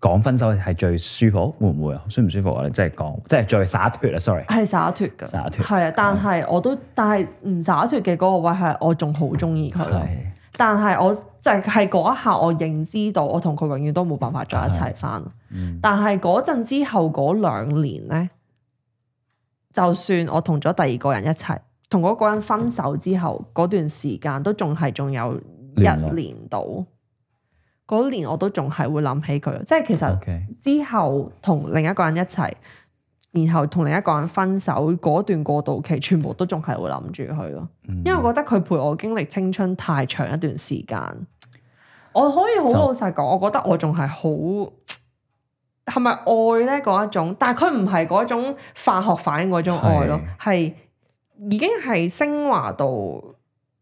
Speaker 1: 講分手係最舒服？會唔會啊？舒唔舒服啊？你即係講，即係最灑脱啊！sorry，
Speaker 3: 係灑脱㗎，
Speaker 1: 灑脱
Speaker 3: 係啊！但係我都但係唔灑脱嘅嗰個位係我仲好中意佢咯，
Speaker 1: 係
Speaker 3: 但係我就係係嗰一下我認知到我同佢永遠都冇辦法再一齊翻。
Speaker 1: 嗯
Speaker 3: 但係嗰陣之後嗰兩年呢，就算我同咗第二個人一齊，同嗰個人分手之後，嗰段時間都仲係仲有一
Speaker 1: 聯絡
Speaker 3: 年到。嗰年我都仲係會諗起佢，即係其實
Speaker 1: OK，
Speaker 3: 之後同另一個人一齊，然後同另一個人分手，嗰段過渡期全部都仲係會諗住佢咯。
Speaker 1: 因
Speaker 3: 因為我覺得佢陪我經歷青春太長一段時間，我可以好
Speaker 1: 就
Speaker 3: 老實講，我覺得我仲係好係咪愛呢嗰一種？但係佢唔係嗰種化學反應嗰種愛咯，係已經係升華到佢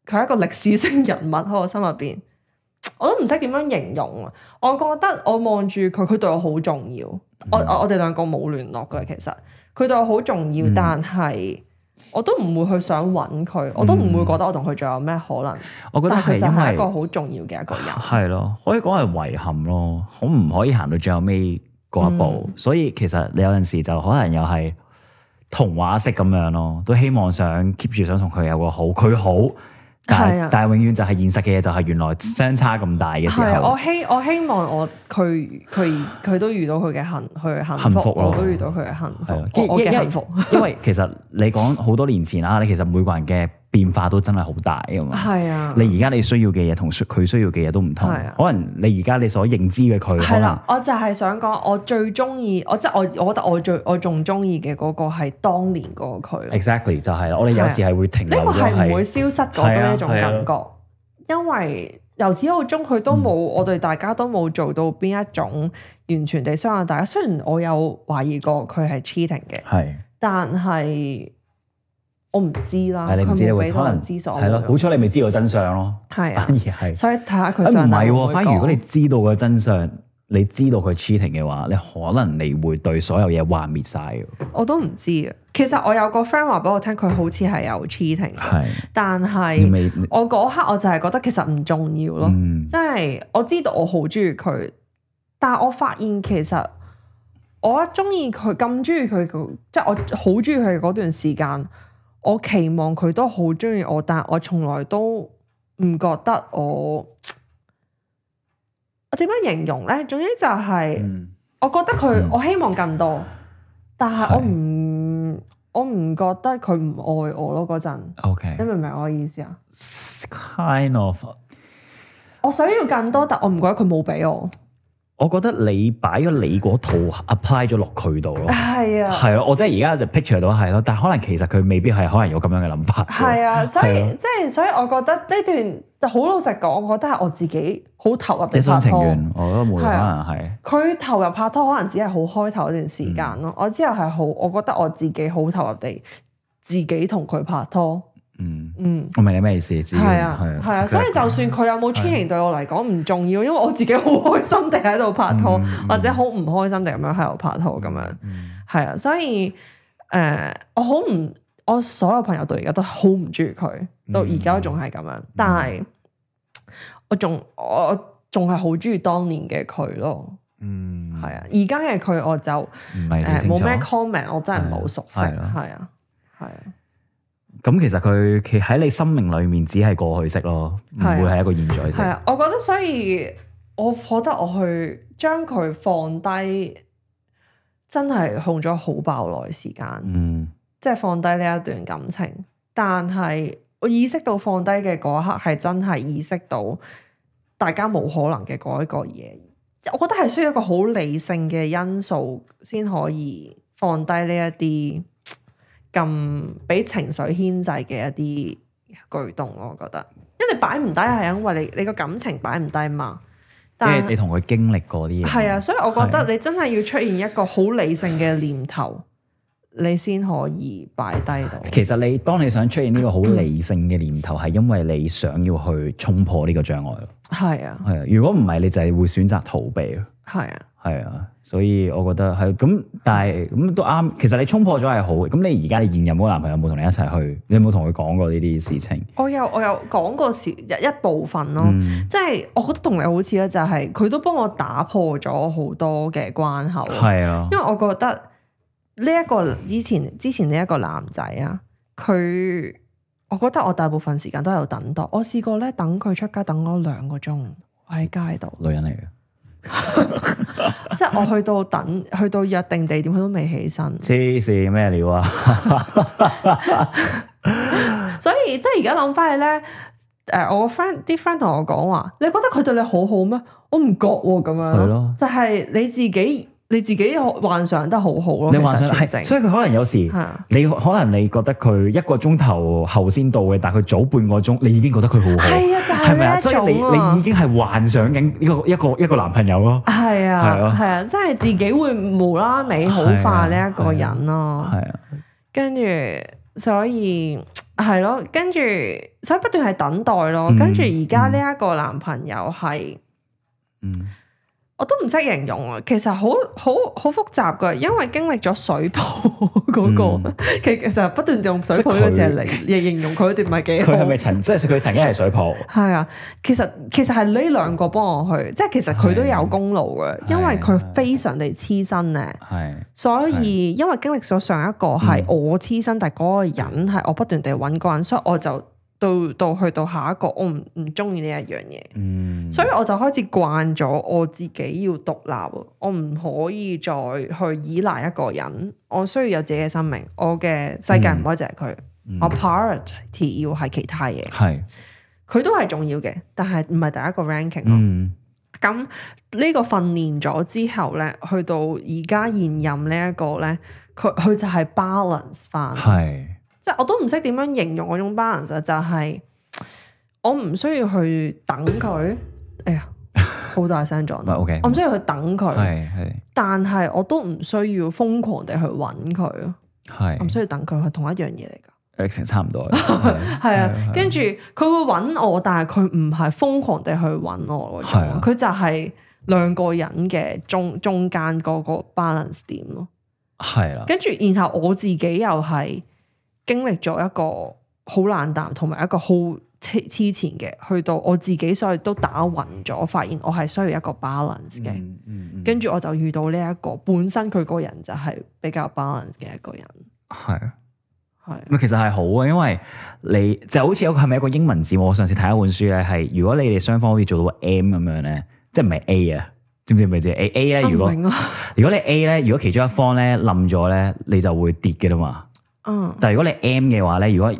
Speaker 3: 係一個歷史性人物喺我心入邊，我都唔識點樣形容啊！我覺得我望住佢，佢對我好重要。我
Speaker 1: 嗯
Speaker 3: 我我哋兩個冇聯絡㗎，其實佢對我好重
Speaker 1: 嗯
Speaker 3: 要，但係。我都唔會去想揾佢，我都唔會覺得我同佢仲有咩可能。
Speaker 1: 嗯我覺得
Speaker 3: 但係
Speaker 1: 係
Speaker 3: 佢就係一
Speaker 1: 因
Speaker 3: 個
Speaker 1: 為
Speaker 3: 好重要嘅一個人。
Speaker 1: 係咯，可以講係遺憾咯，可唔可以行到最後尾嗰一步？
Speaker 3: 嗯
Speaker 1: 所以其實你有陣時就可能又係童話式咁樣咯，都希望想 keep 住想同佢有個好，佢好，但
Speaker 3: 係
Speaker 1: 係
Speaker 3: 啊
Speaker 1: 但係永遠就係現實嘅嘢就係原來相差咁大嘅時
Speaker 3: 係，啊
Speaker 1: 候
Speaker 3: 我，希我希望我佢佢佢都遇到佢嘅幸佢嘅幸
Speaker 1: 幸
Speaker 3: 福，
Speaker 1: 福咯
Speaker 3: 我都遇到佢嘅幸
Speaker 1: 係啊
Speaker 3: 哦福，我我嘅幸福。
Speaker 1: (laughs) 因為其實你講好多年前啦，你其實每個人嘅變化都真係好大噶嘛。
Speaker 3: 係啊，
Speaker 1: 你而家你需要嘅嘢同需佢需要嘅嘢都唔同
Speaker 3: 係啊，
Speaker 1: 可能你而家你所認知嘅佢，可
Speaker 3: 係
Speaker 1: 能
Speaker 3: 啦，我就係想講，我最中意我即係我，我覺得我最我仲中意嘅嗰個係當年嗰個佢咯。
Speaker 1: exactly 就係啦我哋有時係會停
Speaker 3: 啊呢
Speaker 1: 留
Speaker 3: 個
Speaker 1: 咗
Speaker 3: 係唔
Speaker 1: 係
Speaker 3: 會消失嗰
Speaker 1: 係啊
Speaker 3: 種一種感覺，因為由始到終佢都
Speaker 1: 嗯
Speaker 3: 冇，我哋大家都冇做到邊一種完全地傷害大家。雖然我有懷疑過佢係 cheating 嘅，
Speaker 1: 係。
Speaker 3: 但係我唔知啦，
Speaker 1: 係你唔
Speaker 3: 啊佢
Speaker 1: 知你
Speaker 3: 冇
Speaker 1: 會
Speaker 3: 俾
Speaker 1: 可
Speaker 3: 到
Speaker 1: 能
Speaker 3: 人知所
Speaker 1: 係咯，好彩你未知道真相咯，反
Speaker 3: 係啊
Speaker 1: 而，係。
Speaker 3: 所以睇下佢
Speaker 1: 啊誒唔
Speaker 3: 上嚟
Speaker 1: 係
Speaker 3: 會唔會
Speaker 1: 喎，反而如果你
Speaker 3: 講
Speaker 1: 知道個真相，你知道佢 cheating 嘅話，你可能你會對所有嘢幻滅晒嘅。
Speaker 3: 我都唔知啊。其實我有個 friend 話俾我聽，佢好似係有 cheating，
Speaker 1: 係
Speaker 3: 但
Speaker 1: 你
Speaker 3: 係
Speaker 1: 未
Speaker 3: 我嗰刻我就係覺得其實唔重要咯。
Speaker 1: 嗯
Speaker 3: 即係我知道我好中意佢，但我發現其實我中意佢咁中意佢嗰，即係我好中意佢嗰段時間，我期望佢都好中意我，但我從來都唔覺得我，嗯我點樣形容呢？總之就係、
Speaker 1: 嗯
Speaker 3: 我覺得佢，我希望更多，但係我
Speaker 1: 係
Speaker 3: 唔，我唔覺得佢唔愛我咯。嗰陣，
Speaker 1: ，OK
Speaker 3: 你明唔明我意思啊？
Speaker 1: kind of，
Speaker 3: 我想要更多，但我唔覺得佢冇俾我。
Speaker 1: 我覺得你擺咗你嗰套 apply 咗落佢度咯。
Speaker 3: 係啊。
Speaker 1: 係咯，我即係而家就 picture 到係咯，但係可能其實佢未必係可能有咁樣嘅諗法。
Speaker 3: 係啊，所
Speaker 1: 係
Speaker 3: 以
Speaker 1: 啊
Speaker 3: 即係所以，我覺得呢段好老實講，我覺得係我自己好投入
Speaker 1: 一
Speaker 3: 地
Speaker 1: 廂
Speaker 3: 拍
Speaker 1: 情
Speaker 3: 拖。啊
Speaker 1: 願，我覺得會可能係。
Speaker 3: 佢投入拍拖可能只係好開頭一段時
Speaker 1: 嗯
Speaker 3: 間咯，我之後係好，我覺得我自己好投入地自己同佢拍拖。
Speaker 1: 嗯，
Speaker 3: 嗯，
Speaker 1: 我明你咩意思，自己
Speaker 3: 係啊，係啊，所以就算佢有冇
Speaker 1: 啊
Speaker 3: cheating 對我嚟講唔重要，因為我自己好開心地喺度拍拖，
Speaker 1: 嗯
Speaker 3: 或者好唔開心地咁樣喺度拍拖咁樣。係啊，所以誒、呃我好唔，我所有朋友到而家都好唔中意佢，
Speaker 1: 嗯
Speaker 3: 到而家都仲係咁樣。但係我仲我仲係好中意當年嘅佢咯，
Speaker 1: 嗯
Speaker 3: 係啊。而家嘅佢我就誒呃
Speaker 1: 唔係你清
Speaker 3: 冇
Speaker 1: 楚
Speaker 3: 咩 comment，我真係唔係好熟悉，
Speaker 1: 係啊
Speaker 3: 係啊，係啊，
Speaker 1: 咁其實佢其喺你生命裏面只係過去式咯，唔
Speaker 3: 係啊
Speaker 1: 會係一個現在式
Speaker 3: 係。啊。我覺得所以我覺得我去將佢放低，真係用咗好爆耐時間。
Speaker 1: 嗯，
Speaker 3: 即係放低呢一段感情，但係我意識到放低嘅嗰一刻係真係意識到大家冇可能嘅嗰一個嘢，我覺得係需要一個好理性嘅因素先可以放低呢一啲咁俾情緒牽制嘅一啲舉動咯，我覺得，因為你擺唔低係因為你你個感情擺唔低嘛，
Speaker 1: 因
Speaker 3: 但
Speaker 1: 為你同佢經歷過啲嘢。
Speaker 3: 係啊，所以我覺得你真係要出現一個好理性嘅念頭，你先可以擺低到。
Speaker 1: 其實你當你想出現呢個好理性嘅念頭，係因為你想要去衝破呢個障礙咯。
Speaker 3: 係啊，
Speaker 1: 係啊，如果唔係，你就係會選擇逃避咯。
Speaker 3: 係啊，
Speaker 1: 係啊，所以我覺得係咁，但係咁都啱。其實你衝破咗係好嘅。咁你而家你現任嗰個男朋友有冇同你一齊去？你有冇同佢講過呢啲事情？
Speaker 3: 我有我有講過時一一部分咯，
Speaker 1: 嗯，
Speaker 3: 即係我覺得同你好似咧，啊就係佢都幫我打破咗好多嘅關口，
Speaker 1: 係啊，
Speaker 3: 因為我覺得呢一個以前之前呢一個男仔啊，佢我覺得我大部分時間都喺度等待，我試過咧等佢出街等咗兩個鐘，我喺街度。
Speaker 1: 女人嚟嘅，
Speaker 3: 即係我去到等，去到約定地點，佢都未起身，
Speaker 1: 黐線咩料啊？
Speaker 3: (laughs) 所以即係而家諗翻起咧，誒、我個 friend 啲 friend 同我講話，你覺得佢對你好好咩？我唔覺喎，咁樣
Speaker 1: 係咯
Speaker 3: 就係你自己你自己幻想得好好咯，
Speaker 1: 你幻想
Speaker 3: 其實全
Speaker 1: 係，
Speaker 3: 程
Speaker 1: 所以佢可能有時
Speaker 3: 係啊
Speaker 1: 你可能你覺得佢一個鐘頭後先到嘅，但係佢早半個鐘，你已經覺得佢好好，
Speaker 3: 係啊，就
Speaker 1: 係咪啊？所以
Speaker 3: 係呢
Speaker 1: 你
Speaker 3: 一種
Speaker 1: 你已
Speaker 3: 啊，
Speaker 1: 經係幻想緊呢個一個一個男朋友咯。
Speaker 3: 係
Speaker 1: 係
Speaker 3: 啊
Speaker 1: 啊
Speaker 3: 係啊，即係自己會無啦啦美好
Speaker 1: 係
Speaker 3: 化
Speaker 1: 啊
Speaker 3: 呢一個人咯。
Speaker 1: 係啊，
Speaker 3: 跟住所以係咯，跟住所以不斷係等待咯。
Speaker 1: 嗯
Speaker 3: 跟住而家呢一個男朋友係
Speaker 1: 嗯，
Speaker 3: 我都唔識形容啊，其實好好好複雜噶，因為經歷咗水泡 (laughs) 嗰、
Speaker 1: 嗯
Speaker 3: 個，其、其實不斷用水泡呢個字嚟嚟形容佢，好似唔係幾好
Speaker 1: 佢。係咪曾即係佢曾經係水泡？
Speaker 3: 係啊，其實其實係呢兩個幫我去，即係其實佢都有功勞嘅，
Speaker 1: 係
Speaker 3: 因為佢非常地黐身咧。
Speaker 1: 係嗯
Speaker 3: 所以因為經歷咗上一個係我黐身，但係嗰個人係我不斷地揾嗰個人，所以我就到到去到下一個，我唔唔中意呢一樣嘢，
Speaker 1: 嗯，
Speaker 3: 所以我就開始慣咗我自己要獨立喎，我唔可以再去依賴一個人，我需要有自己嘅生命，我嘅世界唔可以就係佢，我 priority 要係其他嘢，
Speaker 1: 係
Speaker 3: 佢都係重要嘅，但係唔係第一個 ranking 咯。
Speaker 1: 嗯
Speaker 3: 咁呢個訓練咗之後咧，去到而家現任呢一個咧，佢佢就係 balance 翻，
Speaker 1: 係
Speaker 3: 即係我都唔識點樣形容嗰種 balance，啊就係、我唔需要去等佢，哎呀，好大聲撞
Speaker 1: 唔係
Speaker 3: 到，
Speaker 1: ，OK
Speaker 3: 我唔需要去等佢，
Speaker 1: 係係
Speaker 3: 但係我都唔需要瘋狂地去揾佢咯，我唔
Speaker 1: 係
Speaker 3: 需要等佢，係同一樣嘢嚟㗎。
Speaker 1: ，Alex 差唔
Speaker 3: (laughs)
Speaker 1: 多啦，係
Speaker 3: 係啊，跟住佢會揾我，但係佢唔係瘋狂地去揾我嗰
Speaker 1: 係啊
Speaker 3: 種，佢就係兩個人嘅中中間嗰個 balance 點咯。
Speaker 1: 係啦，
Speaker 3: 跟住然後我自己又係經歷咗一個好冷淡同埋一個好黐黐纏嘅，去到我自己所以都打暈咗，發現我係需要一個 balance 嘅。
Speaker 1: 嗯嗯
Speaker 3: 跟住我就遇到呢、一個本身佢個人就係比較 balance 嘅一個人，
Speaker 1: 係。
Speaker 3: 係
Speaker 1: 咁其實係好啊，因為你就好似有個係咪一個英文字母？我上次睇一本書咧，係如果你哋雙方好似做到 M 咁樣咧，即係唔係 A 啊？知唔知咪知 A A 咧？
Speaker 3: 我
Speaker 1: 如
Speaker 3: 唔
Speaker 1: 果
Speaker 3: 明啊，
Speaker 1: 如果你 A 咧，如果其中一方咧冧咗咧，你就會跌嘅啦嘛。
Speaker 3: 嗯，
Speaker 1: 但係如果你 M 嘅話咧，如果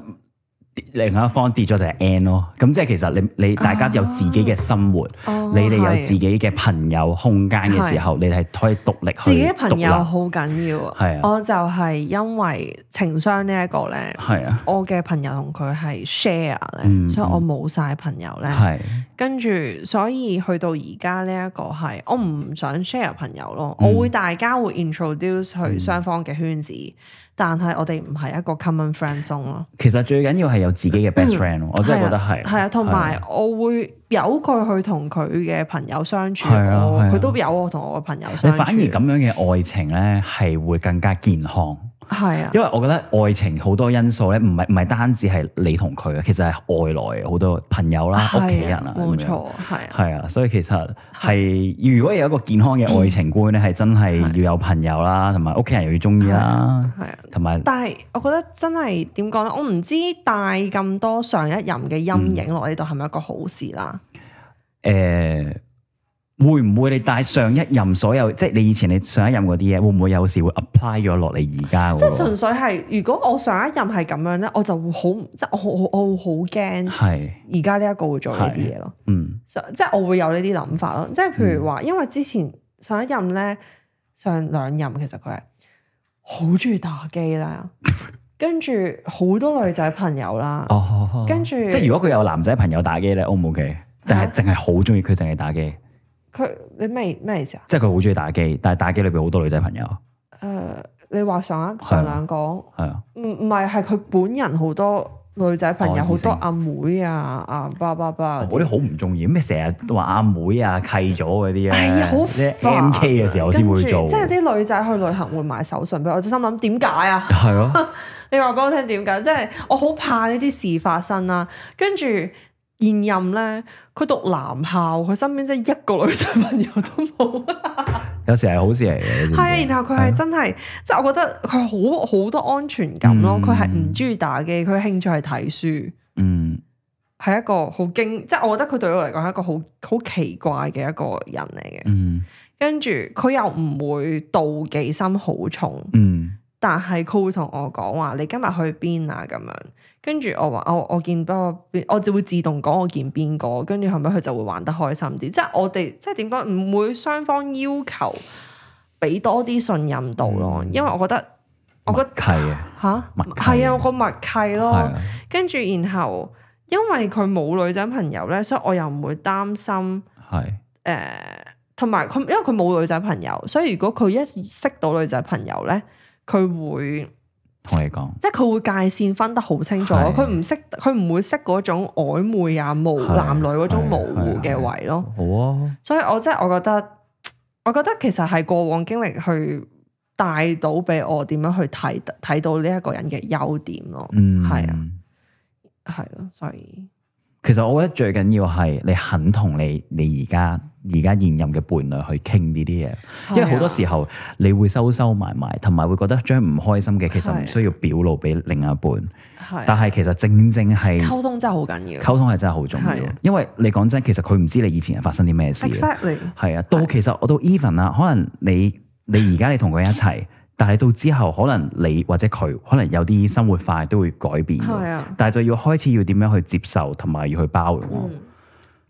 Speaker 1: 另外一方跌咗就係 N 咯。咁即係其實你你大家有自己嘅生活，
Speaker 3: 哦
Speaker 1: 你哋有
Speaker 3: 係
Speaker 1: 自己嘅朋友空間嘅時候，你哋係可以獨立去
Speaker 3: 自己朋友
Speaker 1: 獨立
Speaker 3: 好緊要啊，
Speaker 1: 係啊
Speaker 3: 我就係因為情商呢一個咧，
Speaker 1: 係啊，
Speaker 3: 我嘅朋友同佢係 share 咧，
Speaker 1: 嗯
Speaker 3: 所以我冇晒朋友咧。
Speaker 1: 係
Speaker 3: 跟住，所以去到而家呢一個係，我唔想 share 朋友咯，
Speaker 1: 嗯
Speaker 3: 我會大家會 introduce 去雙方嘅圈子，但係我哋唔係一個 common friend zone 咯。
Speaker 1: 其實最緊要係有自己嘅 best friend 咯。我真係覺得係
Speaker 3: 係啊，同
Speaker 1: 係
Speaker 3: 埋我會有佢去同佢嘅朋友相處，
Speaker 1: 係啊
Speaker 3: 我
Speaker 1: 係啊
Speaker 3: 佢都有我同我嘅朋友
Speaker 1: 你
Speaker 3: 相處。
Speaker 1: 反而咁樣嘅愛情咧，係會更加健康，
Speaker 3: 係啊，
Speaker 1: 因為我覺得愛情好多因素咧，唔係唔係單止係你同佢啊，其實係外來嘅好多朋友啦、
Speaker 3: 係啊
Speaker 1: 屋企人啊，
Speaker 3: 冇
Speaker 1: 咁樣。
Speaker 3: 錯，係啊，
Speaker 1: 係啊，所以其實係如果有一個健康嘅愛情觀咧，係真係要有朋友啦，同埋屋企人又要中意啦，
Speaker 3: 嗯係啊。
Speaker 1: 同埋
Speaker 3: 但係我覺得真係點講咧，我唔知帶咁多上一任嘅陰
Speaker 1: 嗯
Speaker 3: 影落呢度係咪一個好事啦？
Speaker 1: 誒會呃唔會你帶上一任所有，即係你以前你上一任嗰啲嘢，會唔會有時會 apply 咗落嚟而家
Speaker 3: 即
Speaker 1: 嗰
Speaker 3: 係純
Speaker 1: 個？
Speaker 3: 粹係，如果我上一任係咁樣咧，我就會好唔，即係我好我我會好驚
Speaker 1: 係，
Speaker 3: 而家呢一個會做呢啲嘢咯。
Speaker 1: 嗯，
Speaker 3: 所即係我會有呢啲諗法咯。即係譬如話，因為之前上一任咧，上兩任其實佢係好中意打
Speaker 1: (laughs)
Speaker 3: 機啦，跟住好多女仔朋友啦，
Speaker 1: 哦，
Speaker 3: 跟住
Speaker 1: 即係如果佢有男仔朋友打機咧，O 唔 OK？但係淨係好中意佢淨係打機，
Speaker 3: 佢你咩咩意思啊？
Speaker 1: 即係佢好中意打機，但係打機裏邊好多女仔朋友，
Speaker 3: 誒、你話上
Speaker 1: 啊
Speaker 3: 一上兩個唔
Speaker 1: 係啊，
Speaker 3: 唔係係佢本人好多女仔朋友，
Speaker 1: 哦
Speaker 3: 好
Speaker 1: 異性
Speaker 3: 多阿妹啊啊巴巴巴嗰啲
Speaker 1: 我啲好唔中意，咩成日都話阿妹啊契咗嗰啲咧，
Speaker 3: 係啊，好煩啊
Speaker 1: M K 嘅時候先會做，
Speaker 3: 跟住即係啲女仔去旅行會買手信俾我，我就心諗點解啊？ (laughs)
Speaker 1: 係咯，
Speaker 3: 你話俾我聽點解？即係我好怕呢啲事發生啦、跟住現任咧，佢讀男校，佢身邊真係一個女仔朋友都
Speaker 1: (laughs)
Speaker 3: 冇。
Speaker 1: 有時係好事嚟嘅，你知唔知
Speaker 3: 係，然後佢係真係，即係我覺得佢好好多安全感咯。
Speaker 1: 嗯
Speaker 3: 佢係唔中意打機，佢興趣係睇書。
Speaker 1: 嗯，
Speaker 3: 係一個好驚，即係我覺得佢對我嚟講係一個好好奇怪嘅一個人嚟嘅。
Speaker 1: 嗯
Speaker 3: 跟住佢又唔會妒忌心好重，
Speaker 1: 嗯
Speaker 3: 但係佢會同我講話：你今日去邊啊？咁樣，跟住我話哦我我見邊個，我就會自動講我見邊個，跟住後尾佢就會玩得開心啲。即係我哋即係點講，唔會雙方要求俾多啲信任度咯，因為我覺得我覺得
Speaker 1: 契嘅，
Speaker 3: 吓
Speaker 1: 嗯默契
Speaker 3: 係啊，我個默契
Speaker 1: 係
Speaker 3: 咯
Speaker 1: 啊。，
Speaker 3: 跟住然後因為佢冇女仔朋友咧，所以我又唔會擔心。
Speaker 1: 係
Speaker 3: 誒，同埋佢因為佢冇女仔朋友，所以如果佢一識到女仔朋友咧，佢會
Speaker 1: 同你講，
Speaker 3: 即係佢會界線分得好清楚咯。
Speaker 1: 係
Speaker 3: 佢唔識，佢唔會識嗰種曖昧啊、模
Speaker 1: 係
Speaker 3: 男女嗰種
Speaker 1: 係
Speaker 3: 模糊嘅位咯。
Speaker 1: 好啊，
Speaker 3: 所以我即係我覺得，我覺得其實係過往經歷去帶到俾我點樣去睇睇到呢一個人嘅優點咯。
Speaker 1: 嗯，
Speaker 3: 係啊，。係咯，所以
Speaker 1: 其實我覺得最緊要係你肯同你你而家而家現任嘅伴侶去傾呢啲嘢。
Speaker 3: 啊
Speaker 1: 因為好多時
Speaker 3: 候
Speaker 1: 候你會收收埋埋，同埋會覺得將唔開心嘅其實
Speaker 3: 係
Speaker 1: 唔需要表露俾另一半，但
Speaker 3: 係
Speaker 1: 係其實正正係溝
Speaker 3: 溝通真係好緊要。
Speaker 1: 通係真係好重要
Speaker 3: 係啊，
Speaker 1: 因為你講真，其實佢唔知你以前係發生啲咩事嘅，
Speaker 3: Exactly，
Speaker 1: 係啊，到其實我到 even 啦，可能你你而家你同佢一齊，但係到之後可能你或者佢可能有啲生活化都會改變
Speaker 3: 係
Speaker 1: 嘅，
Speaker 3: 啊。
Speaker 1: 但係就要開始要點樣去接受同埋要去包容咯，
Speaker 3: 嗯，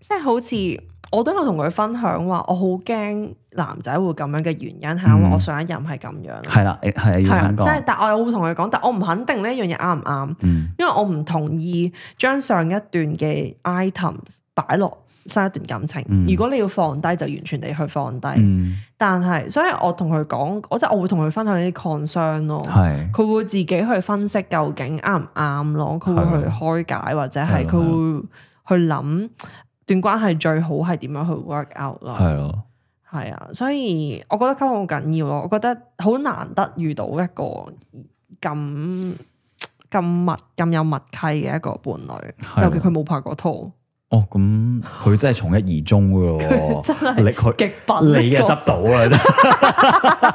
Speaker 3: 即係好似我都有同佢分享話，我好驚男仔會咁樣嘅原因係因為
Speaker 1: 嗯
Speaker 3: 我上一任係咁樣啦，
Speaker 1: 係啦，係啊
Speaker 3: 係
Speaker 1: 要
Speaker 3: 啊，
Speaker 1: 咁
Speaker 3: 即係
Speaker 1: 講，
Speaker 3: 但我又會同佢講，但我唔肯定呢樣嘢啱唔啱，
Speaker 1: 嗯
Speaker 3: 因為我唔同意將上一段嘅 items 擺落新一段感情。
Speaker 1: 嗯
Speaker 3: 如果你要放低，就完全地去放低。
Speaker 1: 嗯
Speaker 3: 但係，所以我同佢講，我即係我會同佢分享呢啲 concern 咯。
Speaker 1: 係
Speaker 3: 佢會自己去分析究竟啱唔啱咯，佢會去開解或者
Speaker 1: 係
Speaker 3: 係佢會去諗段關係最好係點樣去 work out 咯。
Speaker 1: 係咯，
Speaker 3: 係啊，所以我覺得溝通好緊要咯。我覺得好難得遇到一個咁咁密、咁有默契嘅一個伴侶，
Speaker 1: 係啊
Speaker 3: 尤其佢冇拍過拖，
Speaker 1: 哦，咁佢真係從一而終噶咯，
Speaker 3: 真係
Speaker 1: 你佢
Speaker 3: 極品
Speaker 1: 你嘅執到啦，真係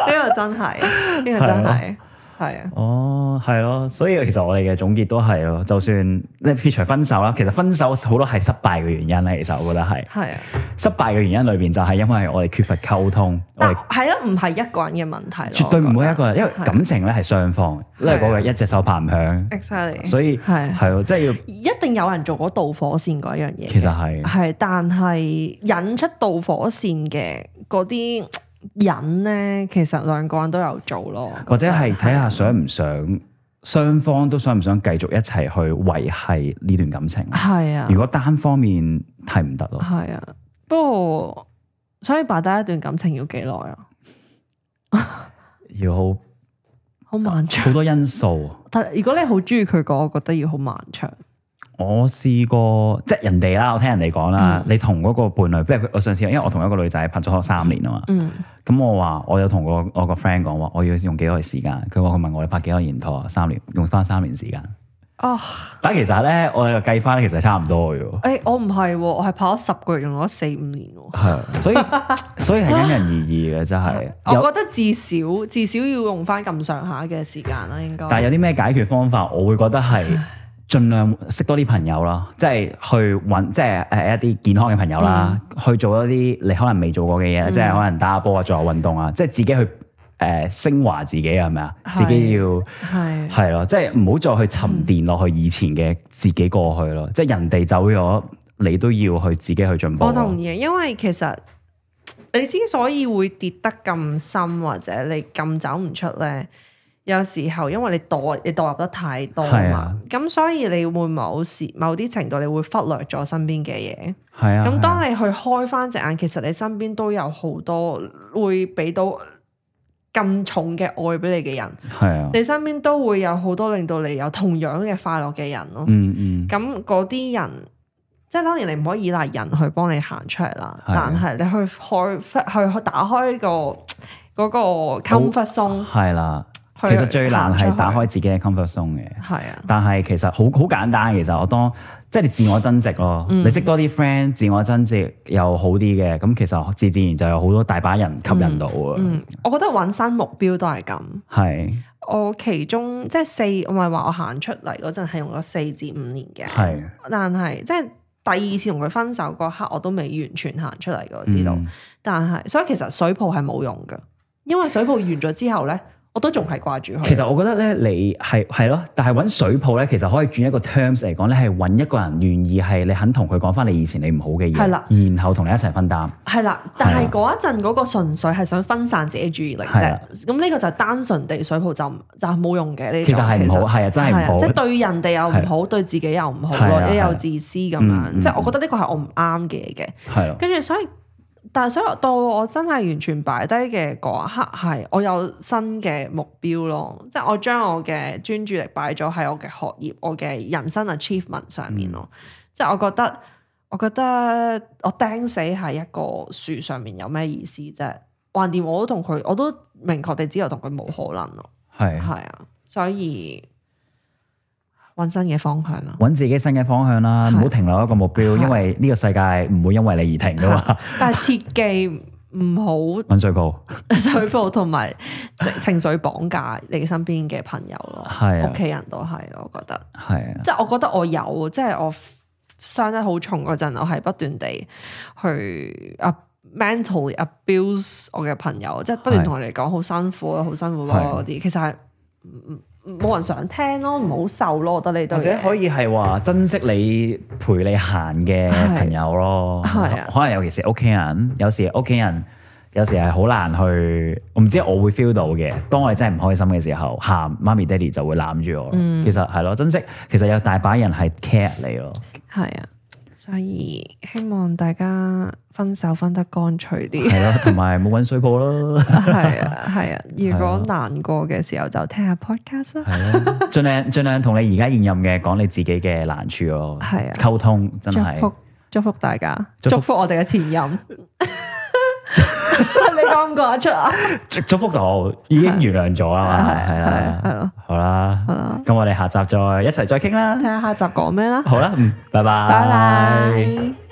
Speaker 1: (laughs)
Speaker 3: 呢個真係，呢個真係，係啊，
Speaker 1: 哦，係咯，所以其實我哋嘅總結都係咯，就算即係撇除分手啦，其實分手好多係失敗嘅原因咧，其實我覺得係
Speaker 3: 係啊。
Speaker 1: 失敗嘅原因裏邊就係因為我哋缺乏溝通，我
Speaker 3: 但
Speaker 1: 哋
Speaker 3: 係啊，唔係一個人嘅問題咯，
Speaker 1: 絕對唔會一個人，因為
Speaker 3: 係
Speaker 1: 感情咧係雙方，因為嗰個一隻手拍唔響，
Speaker 3: exactly，
Speaker 1: 所以
Speaker 3: 係
Speaker 1: 係咯，即係要
Speaker 3: 一定有人做過導火線嗰一樣嘢嘅。
Speaker 1: 其實係
Speaker 3: 係，但係引出導火線嘅嗰啲人咧，其實兩個人都有做咯，
Speaker 1: 或者係睇下想唔想雙方都想唔想繼續一齊去維係呢段感情。
Speaker 3: 係啊
Speaker 1: 如，果單方面係唔得咯，
Speaker 3: 係啊。不過，所以擺低一段感情要幾耐啊？
Speaker 1: 要好
Speaker 3: 好漫
Speaker 1: (laughs)
Speaker 3: 長。
Speaker 1: 好多因素。
Speaker 3: 但係如果你好中意佢個，我覺得要好漫長。
Speaker 1: 我試過即係人哋啦，我聽人哋講啦，
Speaker 3: 嗯
Speaker 1: 你同嗰個伴侶，譬如我上次，因為我同一個女仔拍咗拖三年啊嘛，
Speaker 3: 嗯，
Speaker 1: 咁我話我有同個我個 friend 講話，我要用幾耐時間，佢話佢問我你拍幾多年拖啊，三年，用翻三年時間。
Speaker 3: 哦，
Speaker 1: 但其實咧，我又計翻，其實差唔多嘅喎。
Speaker 3: 誒，我唔係喎，我係拍咗十個月，用咗四五年喎。
Speaker 1: 係，所以所以係因人而異嘅，真係。有
Speaker 3: 啊 (laughs) 我覺得至少至少要用翻咁上下嘅時間啦，應該。
Speaker 1: 但係有啲咩解決方法，我會覺得係盡量識多啲朋友啦，即係去揾即係誒一啲健康嘅朋友啦，
Speaker 3: 嗯
Speaker 1: 去做一啲你可能未做過嘅嘢，即係可能打波啊、做下運動啊，即係自己去誒、呃升華自己啊係咪啊？
Speaker 3: 係
Speaker 1: 自己要
Speaker 3: 係
Speaker 1: 係咯，即係唔好再去沉澱落去以前嘅自己過去咯，即係人哋走咗，你都要去自己去進步
Speaker 3: 我
Speaker 1: 咯。
Speaker 3: 同意，因為其實你之所以會跌得咁深，或者你咁走唔出咧，有時候因為你墮你墮入得太多
Speaker 1: 係
Speaker 3: 嘛
Speaker 1: 啊，
Speaker 3: 咁、所以你會某時某啲程度你會忽略咗身邊嘅嘢。
Speaker 1: 係啊，
Speaker 3: 咁
Speaker 1: 係
Speaker 3: 當
Speaker 1: 啊
Speaker 3: 你去開翻隻眼，其實你身邊都有好多會俾到咁重嘅愛俾你嘅人，
Speaker 1: 係啊，
Speaker 3: 你身邊都會有好多令到你有同樣嘅快樂嘅人咯。
Speaker 1: 嗯嗯，
Speaker 3: 咁嗰啲人，即係當然你唔可以依賴人去幫你行出嚟啦，
Speaker 1: 係
Speaker 3: 但係你去開去打開個嗰個 comfort zone，
Speaker 1: 係啦。
Speaker 3: 去
Speaker 1: 其實最難
Speaker 3: 行出
Speaker 1: 係
Speaker 3: 去
Speaker 1: 打開自己嘅 comfort zone 嘅。
Speaker 3: 係啊，
Speaker 1: 但係其實好好簡單，其實我當即係你自我增值咯，
Speaker 3: 嗯
Speaker 1: 你識多啲 friend，自我增值又好啲嘅，咁其實自自然就有好多大把人吸引到啊，
Speaker 3: 嗯，我覺得揾新目標都係咁。
Speaker 1: 係
Speaker 3: 我其中即係四，我咪話我行出嚟嗰陣係用咗四至五年嘅，
Speaker 1: 係
Speaker 3: 但係即係。第二次同佢分手嗰刻，我都未完全行出嚟嘅，我知道。
Speaker 1: 嗯
Speaker 3: 但係，所以其實水泡係冇用嘅，因為水泡完咗之後咧，我都仲係掛住佢。
Speaker 1: 其實我覺得咧，你係係咯，但係揾水泡咧，其實可以轉一個 terms 嚟講咧，係揾一個人願意係你肯同佢講翻你以前你唔好嘅
Speaker 3: 係啦
Speaker 1: 嘢，然後同你一齊分擔，
Speaker 3: 係啦，但
Speaker 1: 係
Speaker 3: 係
Speaker 1: 啊
Speaker 3: 嗰一陣嗰個純粹係想分散自己注意力
Speaker 1: 係啊
Speaker 3: 啫。咁呢個就單純地水泡就唔就係冇用嘅呢種
Speaker 1: 其實係唔好，係啊，真係唔好
Speaker 3: 即係對人哋又唔好，對自己又唔好
Speaker 1: 係
Speaker 3: 咯，
Speaker 1: 啊
Speaker 3: 你
Speaker 1: 係啊
Speaker 3: 又自私咁
Speaker 1: 嗯
Speaker 3: 樣。
Speaker 1: 嗯
Speaker 3: 即係我覺得呢個係我唔啱嘅嘢嘅。
Speaker 1: 係咯，
Speaker 3: 跟住所以，但係所以到我真係完全擺低嘅嗰一刻，係我有新嘅目標咯，即係我將我嘅專注力擺咗喺我嘅學業、我嘅人生 achievement 上面咯。即係我覺得，我覺得我釘死喺一個樹上面有咩意思啫？橫掂我都同佢，我都明確地知道同佢冇可能咯。
Speaker 1: 係
Speaker 3: 係啊，所以揾新嘅方向啦。
Speaker 1: 揾自己新嘅方向啦，
Speaker 3: 係
Speaker 1: 唔好停留一個目標，
Speaker 3: 係
Speaker 1: 因為呢個世界唔會因為你而停噶 (laughs) 嘛。
Speaker 3: 但係切記唔好
Speaker 1: 揾水泡
Speaker 3: (laughs) 水泡同埋情情緒綁架你身邊嘅朋友咯，
Speaker 1: 係啊
Speaker 3: 屋企人都係，我覺得，
Speaker 1: 係啊，
Speaker 3: 即係我覺得我有，即係我傷得好重嗰陣，我係不斷地去啊 mentally abuse 我嘅朋友，即係不斷
Speaker 1: 係
Speaker 3: 同佢哋講好辛苦啊，好辛苦啊
Speaker 1: 係
Speaker 3: 嗰啲，其實係唔唔冇人想聽咯，唔好受咯，我覺得你對
Speaker 1: 或者可
Speaker 3: 以
Speaker 1: 以係話珍惜你陪你行嘅朋友咯。
Speaker 3: 係啊
Speaker 1: 可能尤其是屋企人，有時屋企人有時係好難去，我唔知我會 feel 到嘅。當我哋真係唔開心嘅時候，喊媽咪爹哋就會攬住我。
Speaker 3: 嗯
Speaker 1: 其實係咯，珍惜其實有大把人係 care 你咯。
Speaker 3: 係啊，所以希望大家分手分得乾脆啲。
Speaker 1: 係咯，同埋冇揾水泡咯。
Speaker 3: 係啊，係啊。如
Speaker 1: 係
Speaker 3: 果
Speaker 1: 啊
Speaker 3: 難過嘅時候就聽下 podcast 啦。
Speaker 1: 係咯， (laughs) 盡量盡量同你而家現任嘅講你自己嘅難處咯，
Speaker 3: 係啊
Speaker 1: 溝通真
Speaker 3: 祝
Speaker 1: 係
Speaker 3: 福祝福大家，
Speaker 1: 祝福 (laughs)
Speaker 3: 祝福我哋嘅前任。 (laughs) 你講唔講得
Speaker 1: (laughs)
Speaker 3: 出啊？
Speaker 1: 祝福到已經原諒咗啦嘛，係
Speaker 3: 係
Speaker 1: 啦，
Speaker 3: 係咯，
Speaker 1: 好啦，咁我哋下集再一齊再傾啦
Speaker 3: 睇，下下集講咩啦。
Speaker 1: 好啦，嗯，拜拜，
Speaker 3: 拜拜。